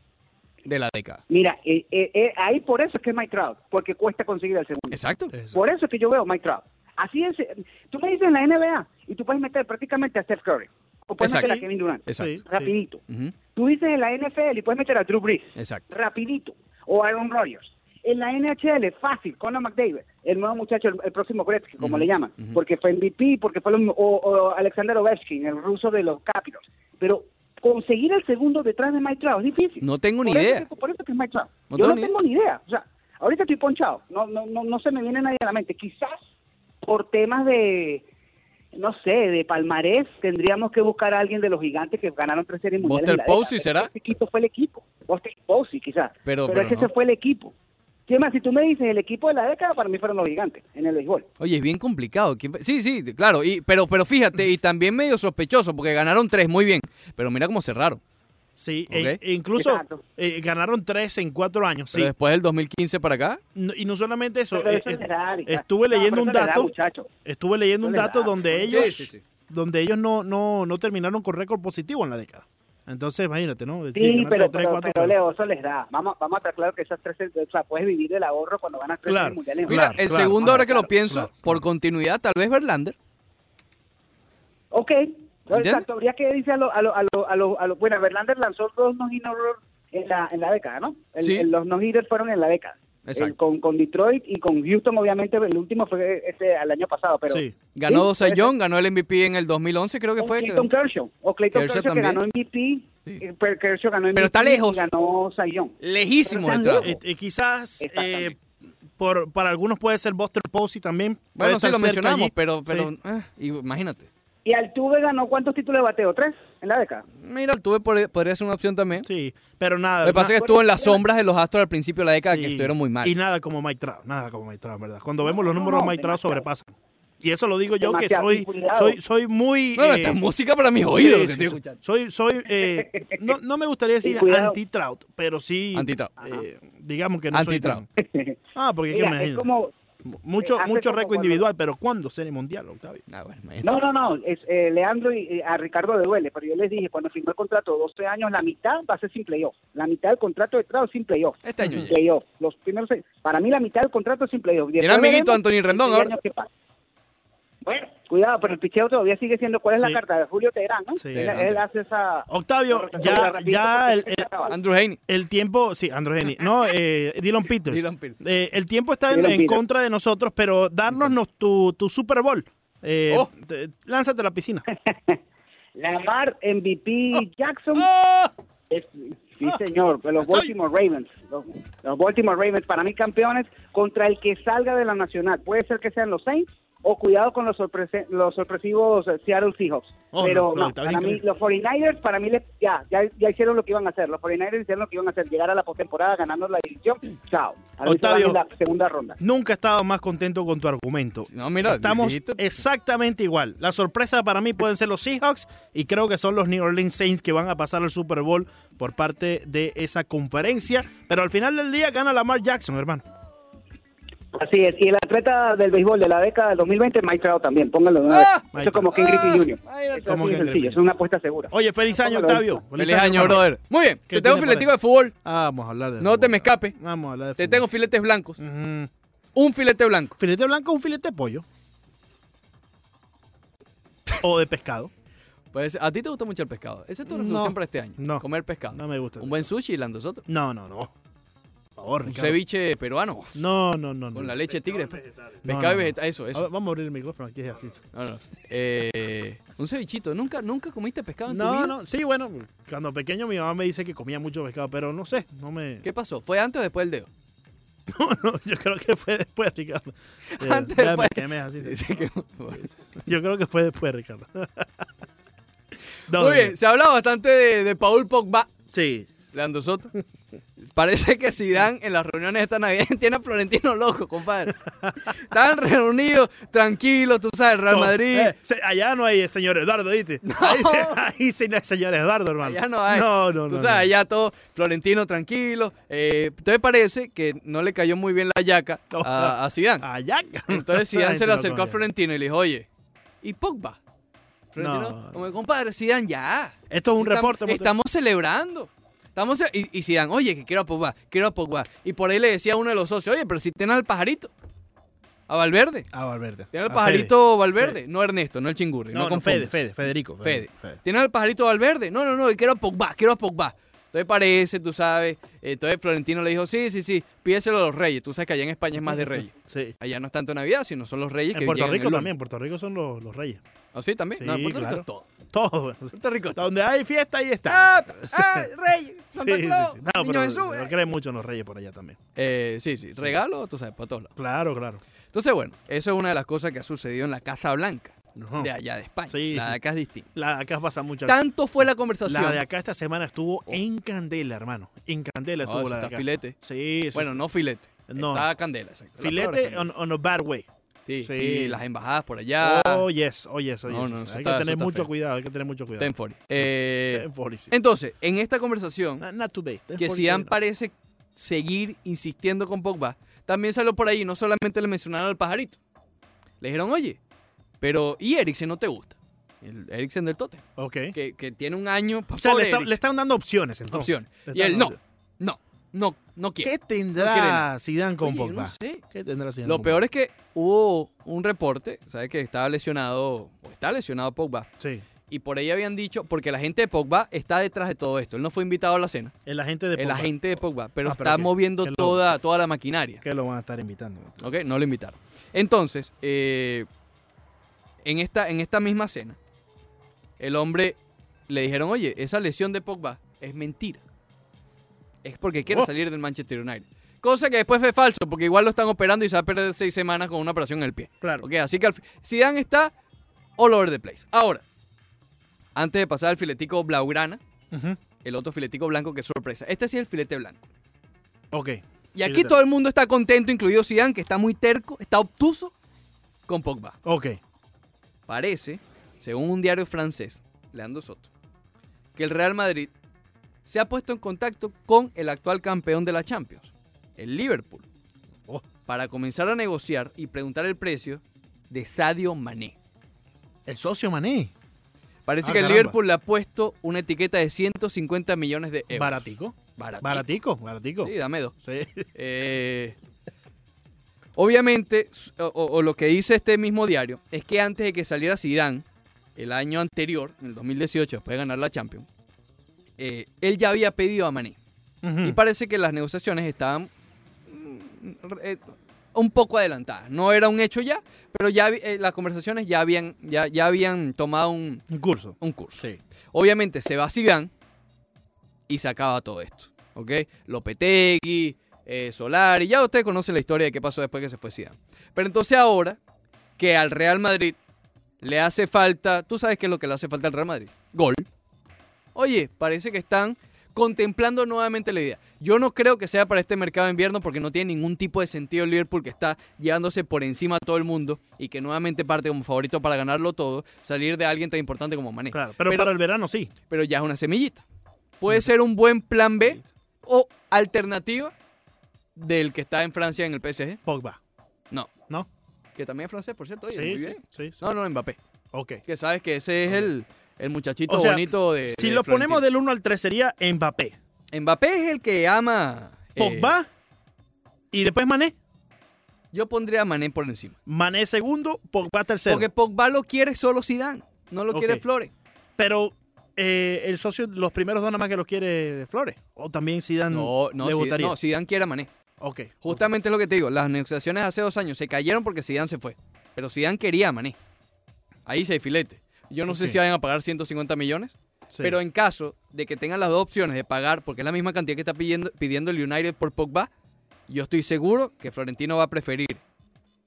Speaker 1: de la década?
Speaker 3: mira, eh, eh, eh, ahí por eso es que es Mike Trout, porque cuesta conseguir el segundo.
Speaker 1: Exacto.
Speaker 2: Exacto.
Speaker 3: Por eso es que yo veo Mike Trout. Así es. eh, Tú me dices en la NBA y tú puedes meter prácticamente a Steph Curry. O puedes
Speaker 1: Exacto.
Speaker 3: meter a Kevin Durant.
Speaker 1: Exacto.
Speaker 2: Sí,
Speaker 3: Rapidito.
Speaker 1: Ujú,
Speaker 3: Tú dices en la NFL y puedes meter a Drew Brees.
Speaker 1: Exacto.
Speaker 3: Rapidito. O Aaron Rodgers. En la NHL, fácil, Conor McDavid, el nuevo muchacho, el, el próximo Gretzky, como
Speaker 1: Ujú,
Speaker 3: le llaman,
Speaker 1: ujú.
Speaker 3: porque fue MVP, porque fue lo mismo, o, o Alexander Ovechkin, el ruso de los Capitals. Pero conseguir el segundo detrás de Mike Trout es difícil.
Speaker 1: No tengo ni
Speaker 3: Por eso
Speaker 1: idea.
Speaker 3: es que- por eso es que es Mike Trout.
Speaker 1: No
Speaker 3: Yo
Speaker 1: tengo
Speaker 3: no
Speaker 1: ni-
Speaker 3: tengo ni idea. O sea, ahorita estoy ponchado. No, no, no, no se me viene nadie a la mente. Quizás por temas de, no sé, de palmarés, tendríamos que buscar a alguien de los gigantes que ganaron tres series mundiales.
Speaker 1: Buster
Speaker 3: en la década.
Speaker 1: Posey,
Speaker 3: Pero
Speaker 1: ¿será?
Speaker 3: Ese equipo fue el equipo. Buster Posey, quizás.
Speaker 1: Pero-
Speaker 3: Pero,
Speaker 1: pero
Speaker 3: es que
Speaker 1: no.
Speaker 3: ese fue el equipo. ¿Qué más? Si tú me dices el equipo de la década, para mí fueron los gigantes en el béisbol.
Speaker 1: Oye, es bien complicado. ¿Quién- Sí, sí, claro. Y, pero, pero fíjate, y también medio sospechoso, porque ganaron tres, muy bien. Pero mira cómo cerraron.
Speaker 2: Sí,
Speaker 1: Ok.
Speaker 2: e- e incluso
Speaker 3: Exacto.
Speaker 2: eh, ganaron tres en cuatro años.
Speaker 1: Pero
Speaker 2: Sí.
Speaker 1: después del 2015 para acá,
Speaker 2: No- y no solamente eso,
Speaker 3: Pero
Speaker 2: eh,
Speaker 3: eso
Speaker 2: eh,
Speaker 3: le da, Ricardo.
Speaker 2: estuve
Speaker 3: No, pero
Speaker 2: leyendo
Speaker 3: eso
Speaker 2: un
Speaker 3: le da,
Speaker 2: dato.
Speaker 3: muchacho.
Speaker 2: estuve leyendo un
Speaker 3: Eso le
Speaker 2: dato
Speaker 3: da.
Speaker 2: donde
Speaker 1: Sí,
Speaker 2: ellos
Speaker 1: sí, sí.
Speaker 2: donde ellos no, no, no terminaron con récord positivo en la década. Entonces, imagínate, ¿no?
Speaker 3: Sí, pero,
Speaker 2: tres,
Speaker 3: pero,
Speaker 2: cuatro,
Speaker 3: pero,
Speaker 2: pero-
Speaker 3: Leo, eso les da. Vamos, vamos a estar claro que esas tres, o sea, puedes vivir del ahorro cuando ganas tres
Speaker 2: Claro,
Speaker 3: mundiales.
Speaker 1: Mira,
Speaker 2: Claro,
Speaker 1: el
Speaker 2: claro,
Speaker 1: segundo, ahora que lo
Speaker 3: claro,
Speaker 1: pienso,
Speaker 2: claro.
Speaker 1: por continuidad, tal vez Verlander.
Speaker 3: Ok. No,
Speaker 1: ¿Entiendes?
Speaker 3: Exacto, habría que decir a los... A lo, a lo, a lo- a lo- bueno, Verlander lanzó dos no en la, en la década, ¿no? El-
Speaker 1: Sí.
Speaker 3: el- los no hitters fueron en la década.
Speaker 1: Exacto.
Speaker 3: El- con, con Detroit y con Houston, obviamente, el último fue ese al año pasado, pero...
Speaker 2: Sí.
Speaker 1: Ganó dos
Speaker 3: puede
Speaker 1: Cy Young, ganó el MVP en el 2011, creo que
Speaker 3: O
Speaker 1: fue.
Speaker 3: Clayton Kershaw. O Clayton
Speaker 1: Kershaw
Speaker 3: Kershaw,
Speaker 1: también.
Speaker 3: que ganó MVP. eh, pero Kershaw ganó MVP.
Speaker 1: Pero está lejos.
Speaker 3: y ganó Sayón.
Speaker 1: Lejísimo de
Speaker 3: Pero están
Speaker 1: trapo.
Speaker 2: Eh,
Speaker 3: lejos.
Speaker 2: eh, quizás eh,
Speaker 3: Exactamente.
Speaker 2: por, para algunos puede ser Buster Posey también. Puede
Speaker 1: Bueno, sí
Speaker 2: estar
Speaker 1: lo
Speaker 2: cerca
Speaker 1: mencionamos,
Speaker 2: allí.
Speaker 1: pero,
Speaker 2: Sí.
Speaker 1: pero ah, imagínate.
Speaker 3: Y Altuve ganó cuántos títulos de bateo? ¿Tres? En la década.
Speaker 1: Mira, Altuve podría podría ser una opción también.
Speaker 2: Sí, pero nada.
Speaker 1: Lo que pasa es que
Speaker 2: na-
Speaker 1: estuvo en las sombras de los Astros al principio de la década, que
Speaker 2: sí.
Speaker 1: estuvieron muy mal.
Speaker 2: Y nada como Mike Trout, nada como Mike Trout, ¿verdad? Cuando vemos los
Speaker 3: No,
Speaker 2: números de
Speaker 3: no,
Speaker 2: Mike Trout
Speaker 3: demasiado.
Speaker 2: sobrepasan. Y eso lo digo yo que
Speaker 3: Demasiado,
Speaker 2: soy,
Speaker 3: cuidado.
Speaker 2: soy, soy muy...
Speaker 1: Bueno,
Speaker 2: eh,
Speaker 1: esta es música para mis oídos, lo
Speaker 2: sí,
Speaker 1: que
Speaker 2: sí,
Speaker 1: estoy
Speaker 2: sí.
Speaker 1: escuchando.
Speaker 2: Soy, soy eh, no, no me gustaría decir
Speaker 3: cuidado.
Speaker 2: anti-Trout, pero sí...
Speaker 1: Anti-Trout.
Speaker 2: eh, digamos que no soy
Speaker 1: Anti-Trout.
Speaker 2: tan- Ah, porque es que
Speaker 3: Mira,
Speaker 2: me
Speaker 3: es
Speaker 2: imagino.
Speaker 3: como...
Speaker 2: Mucho,
Speaker 3: hace
Speaker 2: mucho
Speaker 3: como
Speaker 2: récord
Speaker 3: cuando-
Speaker 2: individual, pero ¿cuándo? Serie mundial, Octavio.
Speaker 1: Ah, bueno, imagínate.
Speaker 3: No, no, no. Es, eh, Leandro y eh, a Ricardo le duele, pero yo les dije, cuando firmó el contrato de 12 años, la mitad va a ser sin playoff. La mitad del contrato de Trout sin playoff.
Speaker 1: Este año
Speaker 3: Sin
Speaker 1: ya.
Speaker 3: playoff. Los primeros seis- Para mí la mitad del contrato es sin playoff. Y
Speaker 1: Era
Speaker 3: después
Speaker 1: amiguito
Speaker 3: veremos
Speaker 1: Anthony Rendón,
Speaker 3: este
Speaker 1: ahora.
Speaker 3: año qué pasa. Bueno, cuidado, pero el picheo todavía sigue siendo... ¿Cuál es
Speaker 2: Sí.
Speaker 3: la carta? de Julio Teherán, ¿no?
Speaker 2: Sí,
Speaker 3: él,
Speaker 1: Teherán,
Speaker 3: él
Speaker 1: sí.
Speaker 3: hace esa...
Speaker 2: Octavio,
Speaker 3: Correcto,
Speaker 2: ya,
Speaker 3: rapidito,
Speaker 2: ya el,
Speaker 3: porque se
Speaker 2: el-
Speaker 3: acaba.
Speaker 1: Andrew Haney.
Speaker 2: el tiempo, sí, Andrew Haney, no, eh, Dylan Peters.
Speaker 1: Dylan Peters.
Speaker 2: Eh, el tiempo está en,
Speaker 3: Dylan
Speaker 2: en
Speaker 3: Peters.
Speaker 2: contra de nosotros, pero darnos tu, tu Super Bowl. Eh,
Speaker 1: Oh.
Speaker 2: te- lánzate a la piscina.
Speaker 3: Lamar MVP
Speaker 2: Oh.
Speaker 3: Jackson.
Speaker 2: ¡Ah!
Speaker 3: Es- sí,
Speaker 2: Ah,
Speaker 3: señor, pero los
Speaker 2: estoy-
Speaker 3: Baltimore Ravens. Los, los Baltimore Ravens, para mí, campeones contra el que salga de la nacional. Puede ser que sean los Saints o cuidado con los, sorprese- los sorpresivos eh, Seattle Seahawks.
Speaker 2: Oh, no,
Speaker 3: pero
Speaker 2: no,
Speaker 3: no,
Speaker 2: está
Speaker 3: para
Speaker 2: bien
Speaker 3: mí,
Speaker 2: increíble.
Speaker 3: los 49ers, para mí, le- ya, ya, ya hicieron lo que iban a hacer. Los 49ers hicieron lo que iban a hacer, llegar a la postemporada ganando la división. Chao. A mí se van
Speaker 2: Octavio.
Speaker 3: en la segunda ronda.
Speaker 2: Nunca he estado más contento con tu argumento.
Speaker 1: No, mira,
Speaker 2: Estamos
Speaker 1: dijiste-
Speaker 2: exactamente igual. La sorpresa para mí pueden ser los Seahawks y creo que son los New Orleans Saints que van a pasar al Super Bowl por parte de esa conferencia. Pero al final del día gana Lamar Jackson, hermano.
Speaker 3: Así es. Y el atleta del béisbol de la década del 2020, Mike Trout también. Póngalo de una vez.
Speaker 1: Ah,
Speaker 2: Mike
Speaker 3: Eso es como
Speaker 1: Trout.
Speaker 3: Ken Griffey
Speaker 1: Ah,
Speaker 3: Jr.
Speaker 1: imagínate.
Speaker 3: Eso es
Speaker 2: Como
Speaker 3: muy
Speaker 2: Ken
Speaker 3: sencillo,
Speaker 2: Griffey.
Speaker 3: es una apuesta segura.
Speaker 2: Oye, feliz año,
Speaker 3: Póngalo ahí.
Speaker 2: Octavio.
Speaker 1: Feliz año,
Speaker 2: hermano.
Speaker 1: brother. Muy bien,
Speaker 2: ¿Qué
Speaker 1: te tengo
Speaker 2: tiene
Speaker 1: filetico
Speaker 2: para-
Speaker 1: de fútbol.
Speaker 2: Ah, Vamos a hablar
Speaker 1: No
Speaker 2: de fútbol.
Speaker 1: te me escape.
Speaker 2: Vamos a hablar de
Speaker 1: Te
Speaker 2: fútbol. Mm.
Speaker 1: tengo filetes blancos.
Speaker 2: Ujú.
Speaker 1: Un filete blanco.
Speaker 2: Filete blanco o un filete de pollo. o de pescado.
Speaker 1: Pues a ti te gusta mucho el pescado. Esa es tu resolución
Speaker 2: No,
Speaker 1: para este año.
Speaker 2: no,
Speaker 1: comer pescado.
Speaker 2: no me gusta el
Speaker 1: Un buen sushi y landos otros.
Speaker 2: No, no, no. Por favor,
Speaker 1: Un
Speaker 2: Ricardo.
Speaker 1: ceviche peruano. uf,
Speaker 2: No, no, no. no.
Speaker 1: Con la leche de tigre. Pescado
Speaker 2: No, Mm. no,
Speaker 1: y
Speaker 2: no.
Speaker 1: vegetal. Eso,
Speaker 2: A
Speaker 1: eso.
Speaker 2: ver, vamos a abrir el micrófono aquí es así.
Speaker 1: No, no. Eh, un cevichito. ¿Nunca, ¿Nunca comiste pescado en tu
Speaker 2: No,
Speaker 1: vida?
Speaker 2: no, sí, bueno, cuando pequeño mi mamá me dice que comía mucho pescado, pero no sé, no me...
Speaker 1: ¿Qué pasó? ¿Fue antes o después del dedo?
Speaker 2: No, no, yo creo que fue después, Ricardo. Eh,
Speaker 1: Antes,
Speaker 2: ya me
Speaker 1: pues.
Speaker 2: quemé así.
Speaker 1: Dice que-
Speaker 2: Yo creo que fue después, Ricardo. No,
Speaker 1: Muy
Speaker 2: no,
Speaker 1: bien,
Speaker 2: no.
Speaker 1: se ha hablado bastante de, de Paul Pogba,
Speaker 2: Sí,
Speaker 1: Leandro Soto. Parece que Zidane en las reuniones de esta Navidad tiene a Florentino loco, compadre. Están reunidos, tranquilos, tú sabes, Real
Speaker 2: No,
Speaker 1: Madrid.
Speaker 2: eh, se- allá no hay el señor Eduardo, ¿viste? Ahí, ahí sí no hay señor Eduardo, hermano.
Speaker 1: Allá no hay.
Speaker 2: No, no,
Speaker 1: Tú
Speaker 2: no,
Speaker 1: sabes,
Speaker 2: no.
Speaker 1: allá todo Florentino tranquilo. Eh, entonces parece que no le cayó muy bien la yaca a, a Zidane.
Speaker 2: Allá.
Speaker 1: Entonces
Speaker 2: Esa
Speaker 1: Zidane se
Speaker 2: gente
Speaker 1: le
Speaker 2: no
Speaker 1: acercó a
Speaker 2: conoce.
Speaker 1: Florentino y le dijo, oye, ¿y Pogba? Florentino,
Speaker 2: No.
Speaker 1: como compadre, Zidane, ya.
Speaker 2: Esto es un
Speaker 1: Estamos-
Speaker 2: reporte.
Speaker 1: Estamos, celebrando. Estamos ce- y, y Zidane, oye, que quiero a Pogba, quiero a Pogba. Y por ahí le decía a uno de los socios, oye, pero si tienen al pajarito, a Valverde.
Speaker 2: Ah, Valverde.
Speaker 1: Tienen al
Speaker 2: A
Speaker 1: pajarito Valverde, no Ernesto, no el chingurri,
Speaker 2: Fede.
Speaker 1: no,
Speaker 2: No, no,
Speaker 1: confundas.
Speaker 2: Fede, Fede, Federico.
Speaker 1: Fede.
Speaker 2: Fede.
Speaker 1: ¿Tienen al pajarito Valverde? No, no, no, y quiero a Pogba, quiero a Pogba. Entonces parece, tú sabes. Entonces Florentino le dijo, sí, sí, sí, pídeselo a los reyes. Tú sabes que allá en España es más de reyes.
Speaker 2: Sí.
Speaker 1: Allá no es tanto Navidad, sino son los reyes que
Speaker 2: En Puerto
Speaker 1: llegan el
Speaker 2: Rico
Speaker 1: lunes.
Speaker 2: también, en Puerto Rico son los, los reyes.
Speaker 1: ¿Ah, sí, también? no, en
Speaker 2: Sí,
Speaker 1: Puerto Rico
Speaker 2: claro.
Speaker 1: es todo.
Speaker 2: Todos. bueno.
Speaker 1: Puerto Rico es todo.
Speaker 2: Donde hay fiesta, ahí está.
Speaker 1: ¡Ah! ¡Ah! ¡Reyes! ¡Santa Claus!
Speaker 2: No, pero
Speaker 1: ¡Niño Jesús!
Speaker 2: no creen mucho en los reyes por allá también.
Speaker 1: Eh, sí, sí, regalo, tú sabes, para todos lados.
Speaker 2: Claro, claro.
Speaker 1: Entonces, bueno, eso es una de las cosas que ha sucedido en la Casa Blanca,
Speaker 2: Ujú.
Speaker 1: de allá de España.
Speaker 2: Ah. Sí.
Speaker 1: La de acá es distinta.
Speaker 2: La de acá pasa mucho.
Speaker 1: Tanto fue la conversación.
Speaker 2: La de acá esta semana estuvo en candela, hermano. En candela
Speaker 1: No,
Speaker 2: estuvo
Speaker 1: eso
Speaker 2: la de
Speaker 1: Ah, está
Speaker 2: acá.
Speaker 1: filete.
Speaker 2: Sí, eso
Speaker 1: Bueno, no filete.
Speaker 2: No.
Speaker 1: Está candela, exacto. La palabra es
Speaker 2: Filete on,
Speaker 1: candela.
Speaker 2: on a bad way.
Speaker 1: Sí,
Speaker 2: sí.
Speaker 1: y las embajadas por allá.
Speaker 2: Oh, yes, oh, yes, oh,
Speaker 1: Ah. No,
Speaker 2: yes.
Speaker 1: no,
Speaker 2: hay
Speaker 1: eso
Speaker 2: que
Speaker 1: está- eso
Speaker 2: tener
Speaker 1: está
Speaker 2: mucho
Speaker 1: feo.
Speaker 2: cuidado, hay que tener mucho cuidado.
Speaker 1: Ten forty. Eh,
Speaker 2: Ten forty, sí.
Speaker 1: entonces, en esta conversación,
Speaker 2: Na- not today. ten
Speaker 1: que
Speaker 2: forty
Speaker 1: Zidane
Speaker 2: today,
Speaker 1: parece seguir insistiendo con Pogba, también salió por ahí, no solamente le mencionaron al pajarito. Le dijeron, oye, pero ¿y Eriksen no te gusta? Y el Eriksen del Tote,
Speaker 2: Ok.
Speaker 1: que, que tiene un año.
Speaker 2: O sea, le,
Speaker 1: pobre
Speaker 2: está-
Speaker 1: Eriksen.
Speaker 2: le están dando opciones entonces.
Speaker 1: opción.
Speaker 2: Le
Speaker 1: Y
Speaker 2: están
Speaker 1: él no,
Speaker 2: dando-
Speaker 1: no, no, no quiere.
Speaker 2: ¿Qué
Speaker 1: quiere
Speaker 2: tendrá
Speaker 1: nada.
Speaker 2: Zidane con
Speaker 1: Oye, yo no
Speaker 2: Pogba?
Speaker 1: sé.
Speaker 2: ¿Qué tendrá Zidane
Speaker 1: Lo
Speaker 2: con
Speaker 1: peor es que hubo un reporte, ¿sabes? Que estaba lesionado, o está lesionado Pogba.
Speaker 2: Pogba? Sí.
Speaker 1: Y por ahí habían dicho, porque la gente de Pogba está detrás de todo esto. Él no fue invitado a la cena,
Speaker 2: El agente de
Speaker 1: el
Speaker 2: Pogba.
Speaker 1: agente de Pogba, pero
Speaker 2: Ah, pero
Speaker 1: está
Speaker 2: que-
Speaker 1: moviendo
Speaker 2: que lo-
Speaker 1: toda, toda la maquinaria.
Speaker 2: Que lo van a estar invitando.
Speaker 1: ¿Ok? No lo invitaron. Entonces, eh, en, esta, en esta misma cena, el hombre le dijeron, oye, esa lesión de Pogba es mentira. Es porque quiere
Speaker 2: Oh.
Speaker 1: salir del Manchester United. Cosa que después fue falso, porque igual lo están operando y se va a perder seis semanas con una operación en el pie.
Speaker 2: Claro.
Speaker 1: Ok, así que al fi- Zidane está all over the place. Ahora, antes de pasar al filetico blaugrana,
Speaker 2: Ujú.
Speaker 1: el otro filetico blanco que sorpresa. Este sí es el filete blanco.
Speaker 2: Ok.
Speaker 1: Y aquí
Speaker 2: Filete.
Speaker 1: todo el mundo está contento, incluido Zidane, que está muy terco, está obtuso con Pogba.
Speaker 2: Ok.
Speaker 1: Parece, según un diario francés, Leandro Soto, que el Real Madrid se ha puesto en contacto con el actual campeón de la Champions, el Liverpool,
Speaker 2: Oh.
Speaker 1: para comenzar a negociar y preguntar el precio de Sadio Mané.
Speaker 2: El socio Mané.
Speaker 1: Parece
Speaker 2: Ah,
Speaker 1: que el
Speaker 2: caramba.
Speaker 1: Liverpool le ha puesto una etiqueta de 150 millones de euros.
Speaker 2: Baratico.
Speaker 1: Eh, Baratico.
Speaker 2: Baratico. Baratico.
Speaker 1: Sí, dame dos.
Speaker 2: Sí.
Speaker 1: Eh, obviamente, s- o, o- o lo que dice este mismo diario, es que antes de que saliera Zidane, el año anterior, en el 2018, después de ganar la Champions, eh, él ya había pedido a Mané. Y
Speaker 2: Ujú.
Speaker 1: parece que las negociaciones estaban mm, re- eh, un poco adelantadas. No era un hecho ya, pero ya vi- eh, las conversaciones ya habían, ya, ya habían tomado un,
Speaker 2: Un curso.
Speaker 1: un curso.
Speaker 2: Sí.
Speaker 1: Obviamente se va Zidane y se acaba todo esto, ¿ok? Lopetegui, eh, Solari, ya ustedes conocen la historia de qué pasó después que se fue Zidane. Pero entonces ahora que al Real Madrid le hace falta, tú sabes qué es lo que le hace falta al Real Madrid, gol. Oye, parece que están contemplando nuevamente la idea. Yo no creo que sea para este mercado de invierno porque no tiene ningún tipo de sentido el Liverpool que está llevándose por encima a todo el mundo y que nuevamente parte como favorito para ganarlo todo, salir de alguien tan importante como Mané
Speaker 2: Claro. Pero,
Speaker 1: Pero-
Speaker 2: para el verano sí.
Speaker 1: pero ya es una semillita. Puede ser un buen plan B o alternativa del que está en Francia en el PSG.
Speaker 2: Pogba.
Speaker 1: No,
Speaker 2: ¿No?
Speaker 1: que también es francés, por cierto. Oye, muy
Speaker 2: Sí, sí,
Speaker 1: bien.
Speaker 2: sí, sí.
Speaker 1: No, Eh, no, Mbappé.
Speaker 2: Ok.
Speaker 1: Que sabes que ese es el, el muchachito
Speaker 2: O sea,
Speaker 1: bonito de.
Speaker 2: Si
Speaker 1: de
Speaker 2: lo
Speaker 1: Florentino.
Speaker 2: ponemos
Speaker 1: Eh.
Speaker 2: del 1 al 3 sería Mbappé,
Speaker 1: Mbappé es el que ama. eh,
Speaker 2: Pogba y después Mané.
Speaker 1: eh, yo pondría a Mané por encima.
Speaker 2: Mané segundo, Pogba tercero.
Speaker 1: Porque Pogba lo quiere solo Zidane, no lo
Speaker 2: Ok.
Speaker 1: quiere Flores.
Speaker 2: Pero eh, el socio, los primeros dos nada más que los quiere Flores. O también Zidane
Speaker 1: No, no,
Speaker 2: le
Speaker 1: Zidane-
Speaker 2: votaría.
Speaker 1: no, Zidane quiere a Mané.
Speaker 2: Ok.
Speaker 1: Justamente es lo que te digo. Las negociaciones hace dos años se cayeron porque Zidane se fue. Pero Zidane quería a Mané. Ahí se hay filete. Yo no sé
Speaker 2: Ok.
Speaker 1: si vayan a pagar 150 millones,
Speaker 2: Sí.
Speaker 1: pero en caso de que tengan las dos opciones de pagar, porque es la misma cantidad que está pidiendo, pidiendo el United por Pogba, yo estoy seguro que Florentino va a preferir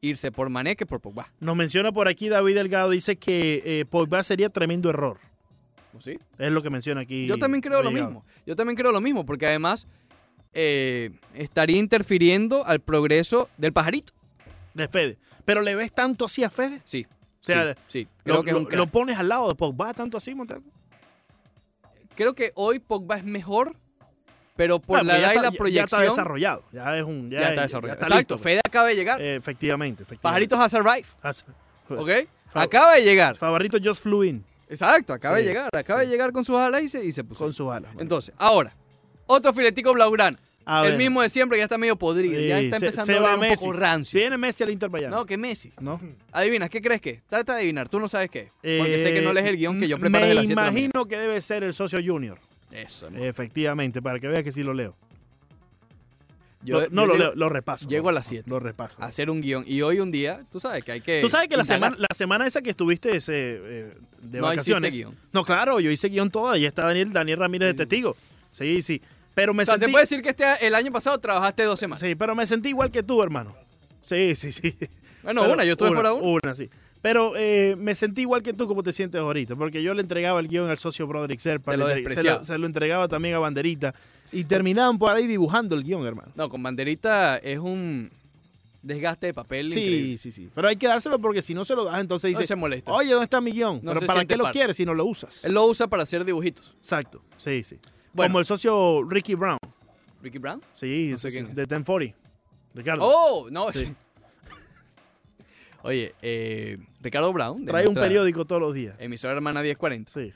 Speaker 1: irse por Mané que por Pogba.
Speaker 2: Nos menciona por aquí David Delgado, dice que eh, Pogba sería tremendo error.
Speaker 1: ¿Sí?
Speaker 2: Es lo que menciona aquí.
Speaker 1: Yo también creo lo
Speaker 2: David Delgado.
Speaker 1: mismo. Yo también creo lo mismo, porque además eh, estaría interfiriendo al progreso del pajarito.
Speaker 2: De Fede. Pero le ves tanto así a Fede.
Speaker 1: Sí.
Speaker 2: O sea,
Speaker 1: sí, sí. Creo
Speaker 2: lo,
Speaker 1: que es un
Speaker 2: lo-
Speaker 1: crack.
Speaker 2: lo pones al lado de Pogba tanto así, Montero.
Speaker 1: creo que hoy Pogba es mejor, pero por
Speaker 2: Ah,
Speaker 1: la
Speaker 2: pero ya
Speaker 1: edad y
Speaker 2: está-
Speaker 1: la
Speaker 2: ya-
Speaker 1: proyección.
Speaker 2: Ya está desarrollado. Ya es un. Ya,
Speaker 1: ya
Speaker 2: es-
Speaker 1: está desarrollado.
Speaker 2: ya está
Speaker 1: Exacto,
Speaker 2: listo, pues.
Speaker 1: Fede acaba de llegar.
Speaker 2: Eh, efectivamente, efectivamente.
Speaker 1: Pajaritos has arrived,
Speaker 2: Hace-
Speaker 1: ¿ok?
Speaker 2: Fa-
Speaker 1: Acaba de llegar.
Speaker 2: Favorito just flew in
Speaker 1: Exacto, acaba
Speaker 2: Sí,
Speaker 1: de llegar. Acaba
Speaker 2: sí.
Speaker 1: de llegar con sus alas y se, y se puso.
Speaker 2: con su ala.
Speaker 1: Entonces, ahora, otro filetico blaugrana.
Speaker 2: A
Speaker 1: el
Speaker 2: ver.
Speaker 1: mismo de siempre, ya está medio podrido. ya
Speaker 2: Sí,
Speaker 1: está
Speaker 2: se-
Speaker 1: empezando
Speaker 2: se
Speaker 1: a
Speaker 2: va
Speaker 1: ver un
Speaker 2: Messi.
Speaker 1: poco rancio.
Speaker 2: Viene Messi al Inter Miami.
Speaker 1: No, que Messi.
Speaker 2: ¿No?
Speaker 1: Adivinas, ¿qué crees que? es? Trata de adivinar, tú no sabes qué. es, Porque sé que no lees el guión que yo preparé
Speaker 2: Eh, Me
Speaker 1: de las siete de la
Speaker 2: imagino Eh, que debe ser el socio junior.
Speaker 1: mañana. Eso, no.
Speaker 2: Efectivamente, para que veas que sí lo leo.
Speaker 1: Yo-
Speaker 2: Lo-
Speaker 1: yo
Speaker 2: no lo
Speaker 1: llego
Speaker 2: leo, lo repaso.
Speaker 1: llego a las
Speaker 2: siete
Speaker 1: siete.
Speaker 2: Lo repaso.
Speaker 1: a Hacer un guión. Y hoy un día, tú sabes que hay que.
Speaker 2: Tú sabes que la
Speaker 1: indagar.
Speaker 2: semana, la semana esa que estuviste ese, eh, de
Speaker 1: Eh, No hiciste
Speaker 2: vacaciones.
Speaker 1: guión.
Speaker 2: No, claro, yo hice guión toda. Y está Daniel, Daniel Ramírez de
Speaker 1: Sí.
Speaker 2: testigo. Sí, sí. Pero me
Speaker 1: O sea, se
Speaker 2: sentí.
Speaker 1: puede decir que este, el año pasado trabajaste dos semanas.
Speaker 2: Sí, pero me sentí igual que tú, hermano. Sí, sí, sí.
Speaker 1: Bueno,
Speaker 2: Pero
Speaker 1: una, yo estuve fuera de una.
Speaker 2: Una, sí. Pero eh, me sentí igual que tú como te sientes ahorita, porque yo le entregaba el guión al socio Broderick Serpa,
Speaker 1: Te lo
Speaker 2: le entre- se,
Speaker 1: despreciaba.
Speaker 2: lo, se lo entregaba también a Banderita, y terminaban por ahí dibujando el guión, hermano.
Speaker 1: No, con banderita es un desgaste de papel
Speaker 2: Sí,
Speaker 1: increíble.
Speaker 2: sí, sí. Pero hay que dárselo porque si no se lo das, entonces
Speaker 1: No
Speaker 2: dice,
Speaker 1: se molesta.
Speaker 2: oye, ¿dónde está mi guión?
Speaker 1: No
Speaker 2: pero
Speaker 1: se
Speaker 2: ¿para
Speaker 1: siente
Speaker 2: qué lo
Speaker 1: parte.
Speaker 2: quieres si no lo usas?
Speaker 1: Él lo usa para hacer dibujitos.
Speaker 2: Exacto, sí, sí.
Speaker 1: Bueno.
Speaker 2: Como el socio Ricky Brown,
Speaker 1: ¿Ricky Brown?
Speaker 2: sí,
Speaker 1: No sé Oh,
Speaker 2: sí,
Speaker 1: quién es.
Speaker 2: de 1040. Ricardo.
Speaker 1: ¡Oh! No.
Speaker 2: Sí.
Speaker 1: Oye, eh, Ricardo Brown. de
Speaker 2: Trae un
Speaker 1: nuestra
Speaker 2: periódico todos los días.
Speaker 1: Emisora hermana 1040.
Speaker 2: Sí.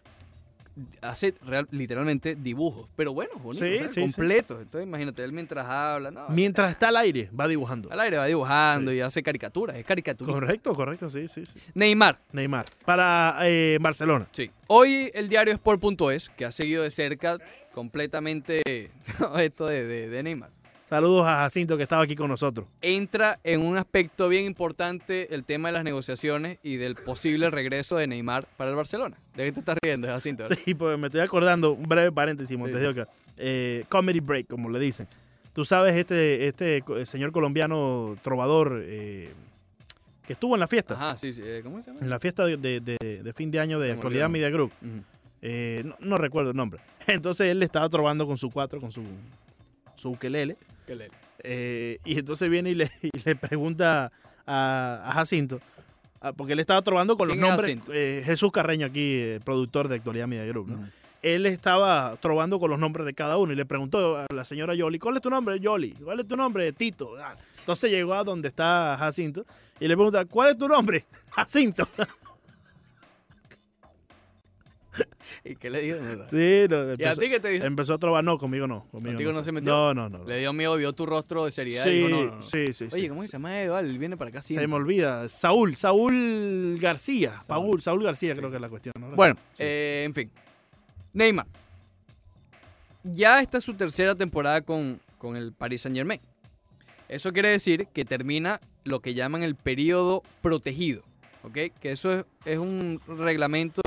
Speaker 1: Hace real- literalmente dibujos, pero bueno, bonitos,
Speaker 2: Sí,
Speaker 1: o sea,
Speaker 2: sí, sí.
Speaker 1: completos. Entonces imagínate, él mientras habla, no,
Speaker 2: Mientras está al aire, va dibujando.
Speaker 1: al aire va dibujando
Speaker 2: Sí.
Speaker 1: y hace caricaturas, es caricaturista.
Speaker 2: Correcto, correcto, sí, sí, sí.
Speaker 1: Neymar,
Speaker 2: Neymar. Para eh, Barcelona.
Speaker 1: Sí. Hoy el diario Sport.es, que ha seguido de cerca completamente esto de, de- de Neymar,
Speaker 2: Saludos a Jacinto que estaba aquí con nosotros.
Speaker 1: entra en un aspecto bien importante el tema de las negociaciones y del posible regreso de Neymar para el Barcelona. ¿De qué te estás riendo, Jacinto?
Speaker 2: Sí, pues me estoy acordando, un breve paréntesis, Montes de Oca. Eh, comedy break, como le dicen. Tú sabes, este, este co- señor colombiano trovador eh, que estuvo en la fiesta,
Speaker 1: Ajá, sí, sí. eh, ¿Cómo se llama?
Speaker 2: en la fiesta de, de- de- de fin de año de
Speaker 1: Se me
Speaker 2: Actualidad
Speaker 1: olvidó.
Speaker 2: Media Group.
Speaker 1: Ujú.
Speaker 2: Eh, no, no recuerdo el nombre. Entonces él le estaba trovando con su cuatro, con su, su ukelele.
Speaker 1: Que le-
Speaker 2: Eh, y entonces viene y le, y le pregunta a, a Jacinto, ah, porque él estaba trovando con los
Speaker 1: ¿Quién es
Speaker 2: nombres.
Speaker 1: Jacinto?
Speaker 2: eh, Jesús Carreño, aquí, eh, productor de Actualidad Media Group, ¿no?
Speaker 1: Ujú.
Speaker 2: Él estaba trovando con los nombres de cada uno y le preguntó a la señora Yoli, ¿cuál es tu nombre, Yoli? ¿Cuál es tu nombre, Tito? Ah, Entonces llegó a donde está Jacinto y le pregunta, ¿cuál es tu nombre? Jacinto.
Speaker 1: ¿Y qué le dijo? No, no.
Speaker 2: Sí, no,
Speaker 1: ¿Y a
Speaker 2: empezó,
Speaker 1: ti qué te dijo?
Speaker 2: empezó a trobar, no, conmigo no. Conmigo
Speaker 1: ¿Contigo no se metió?
Speaker 2: No, no, no.
Speaker 1: Le dio miedo, vio tu rostro de seriedad y
Speaker 2: sí,
Speaker 1: dijo, no, no, no.
Speaker 2: sí, sí, sí.
Speaker 1: Oye, ¿cómo se llama él? Vale, él viene para acá
Speaker 2: Se me
Speaker 1: siempre.
Speaker 2: olvida. Saúl, Saúl García. Paul, Saúl García creo que es la cuestión. ¿no?
Speaker 1: Bueno,
Speaker 2: Sí.
Speaker 1: eh, en fin. Neymar. Ya está su tercera temporada con, con el Paris Saint Germain. Eso quiere decir que termina lo que llaman el periodo protegido. ¿ok? Que eso es, es un reglamento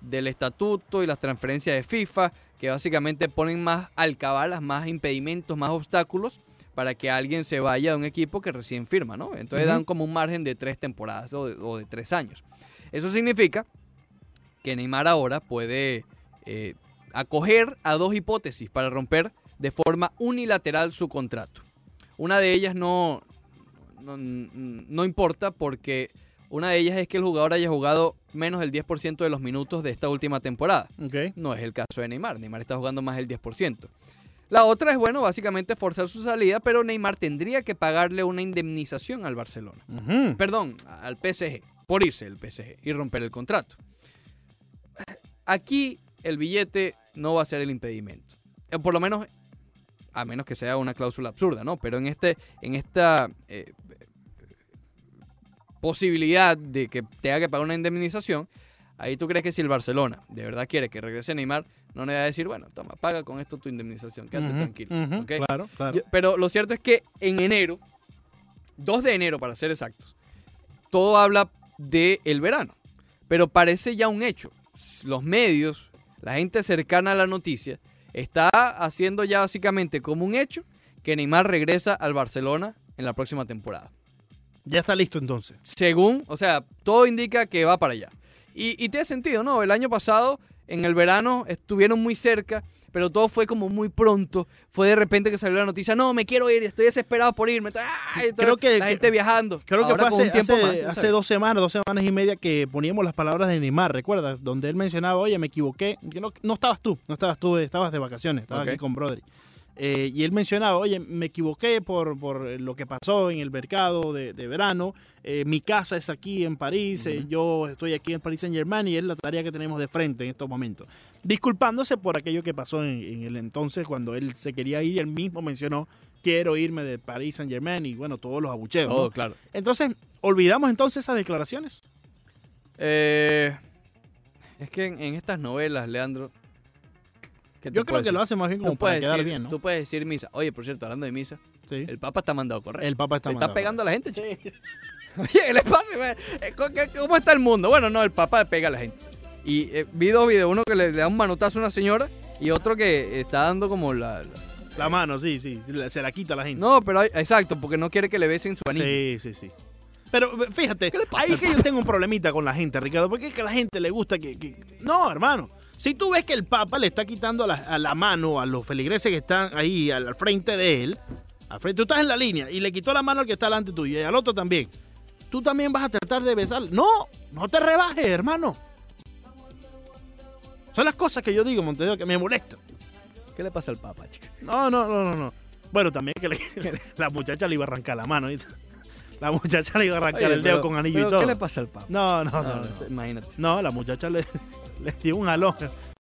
Speaker 1: del estatuto y las transferencias de FIFA que básicamente ponen más alcabalas, más impedimentos, más obstáculos para que alguien se vaya de un equipo que recién firma, ¿no? Entonces
Speaker 2: Ujú.
Speaker 1: dan como un margen de tres temporadas o de- o de tres años. Eso significa que Neymar ahora puede eh, acoger a dos hipótesis para romper de forma unilateral su contrato. Una de ellas no, no, no importa porque una de ellas es que el jugador haya jugado menos del 10% de los minutos de esta última temporada.
Speaker 2: Ok.
Speaker 1: No es el caso de Neymar. Neymar está jugando más del 10%. La otra es, bueno, básicamente forzar su salida, pero Neymar tendría que pagarle una indemnización al Barcelona
Speaker 2: Ujú.
Speaker 1: perdón, al PSG, por irse el PSG y romper el contrato. Aquí el billete no va a ser el impedimento. Eh, Por lo menos, a menos que sea una cláusula absurda, ¿no? Pero en, este, en esta eh, posibilidad de que tenga que pagar una indemnización, ahí tú crees que si el Barcelona de verdad quiere que regrese Neymar, no le va a decir, bueno, toma, paga con esto tu indemnización, quédate
Speaker 2: Ujú,
Speaker 1: tranquilo.
Speaker 2: ujú,
Speaker 1: ¿ok?
Speaker 2: Claro, claro.
Speaker 1: Yo- pero lo cierto es que en enero, 2 de enero para ser exactos, todo habla de el verano. Pero parece ya un hecho. Los medios, la gente cercana a la noticia, está haciendo ya básicamente como un hecho que Neymar regresa al Barcelona en la próxima temporada.
Speaker 2: Ya está listo entonces.
Speaker 1: Según, o sea, todo indica que va para allá. Y, y tiene sentido, ¿no? El año pasado, en el verano, estuvieron muy cerca, pero todo fue como muy pronto. Fue de repente que salió la noticia, no, me quiero ir, estoy desesperado por irme. ¡Ah! Y entonces
Speaker 2: Creo que-
Speaker 1: la gente viajando.
Speaker 2: Creo que
Speaker 1: Ahora
Speaker 2: fue
Speaker 1: con
Speaker 2: hace,
Speaker 1: un tiempo
Speaker 2: hace-
Speaker 1: más, ¿sabes?
Speaker 2: hace dos semanas, dos semanas y media que poníamos las palabras de Neymar, ¿recuerdas? Donde él mencionaba, oye, me equivoqué. Yo no, no estabas tú, no estabas tú, estabas de vacaciones, estabas
Speaker 1: Ok.
Speaker 2: aquí con Broderick. Eh, y él mencionaba, oye, me equivoqué por, por lo que pasó en el mercado de, de verano. Eh, mi casa es aquí en París, eh,
Speaker 1: Ujú.
Speaker 2: yo estoy aquí en París Saint Germain y es la tarea que tenemos de frente en estos momentos. Disculpándose por aquello que pasó en, en el entonces cuando él se quería ir, él mismo mencionó, quiero irme de París Saint Germain y bueno, todos los abucheos. ¿no?
Speaker 1: Todo, Oh, claro.
Speaker 2: Entonces, olvidamos entonces esas declaraciones.
Speaker 1: Eh, es que en, en estas novelas, Leandro... ¿qué te
Speaker 2: Yo creo
Speaker 1: puedo
Speaker 2: que lo
Speaker 1: decir?
Speaker 2: hace más bien
Speaker 1: Tú
Speaker 2: como para
Speaker 1: puedes
Speaker 2: quedar
Speaker 1: decir-
Speaker 2: bien, ¿no?
Speaker 1: Tú puedes decir misa. Oye, por cierto, hablando de misa,
Speaker 2: Sí.
Speaker 1: el Papa está mandado a correr.
Speaker 2: El Papa está
Speaker 1: Le está
Speaker 2: mandado.
Speaker 1: pegando a la gente, chico. Oye, ¿qué le pasa? güey? Eh, ¿cómo- qué- ¿Cómo está el mundo? Bueno, no, el papá le pega a la gente. Y eh, vi dos videos, uno que le, le da un manotazo a una señora y otro que está dando como la... la-
Speaker 2: La mano, sí, sí. la- Se la quita a la gente.
Speaker 1: No, pero hay- exacto, porque no quiere que le besen su anillo.
Speaker 2: sí, sí, sí. Pero eh, fíjate,
Speaker 1: ¿Qué le pasa
Speaker 2: ahí
Speaker 1: al
Speaker 2: que yo tengo un problemita con la gente, Ricardo, porque es que a la gente le gusta que... que- No, hermano. Si tú ves que el Papa le está quitando a la, a la mano a los feligreses que están ahí al, al frente de él, al frente, tú estás en la línea y le quitó la mano al que está delante tuyo y al otro también, tú también vas a tratar de besar. No, no te rebajes, hermano. Son las cosas que yo digo, Montevideo, que me molestan.
Speaker 1: ¿Qué le pasa al papá, chica?
Speaker 2: No, no, no, no, no. Bueno, también que le- la muchacha le iba a arrancar la mano. ¿viste? La muchacha le iba a arrancar
Speaker 1: Oye,
Speaker 2: el dedo
Speaker 1: pero-
Speaker 2: con anillo y
Speaker 1: pero
Speaker 2: todo.
Speaker 1: ¿Qué le pasa al Papa?
Speaker 2: No, no, no.
Speaker 1: Ah, No,
Speaker 2: no.
Speaker 1: no, Imagínate.
Speaker 2: No, la muchacha le, le dio un jalón.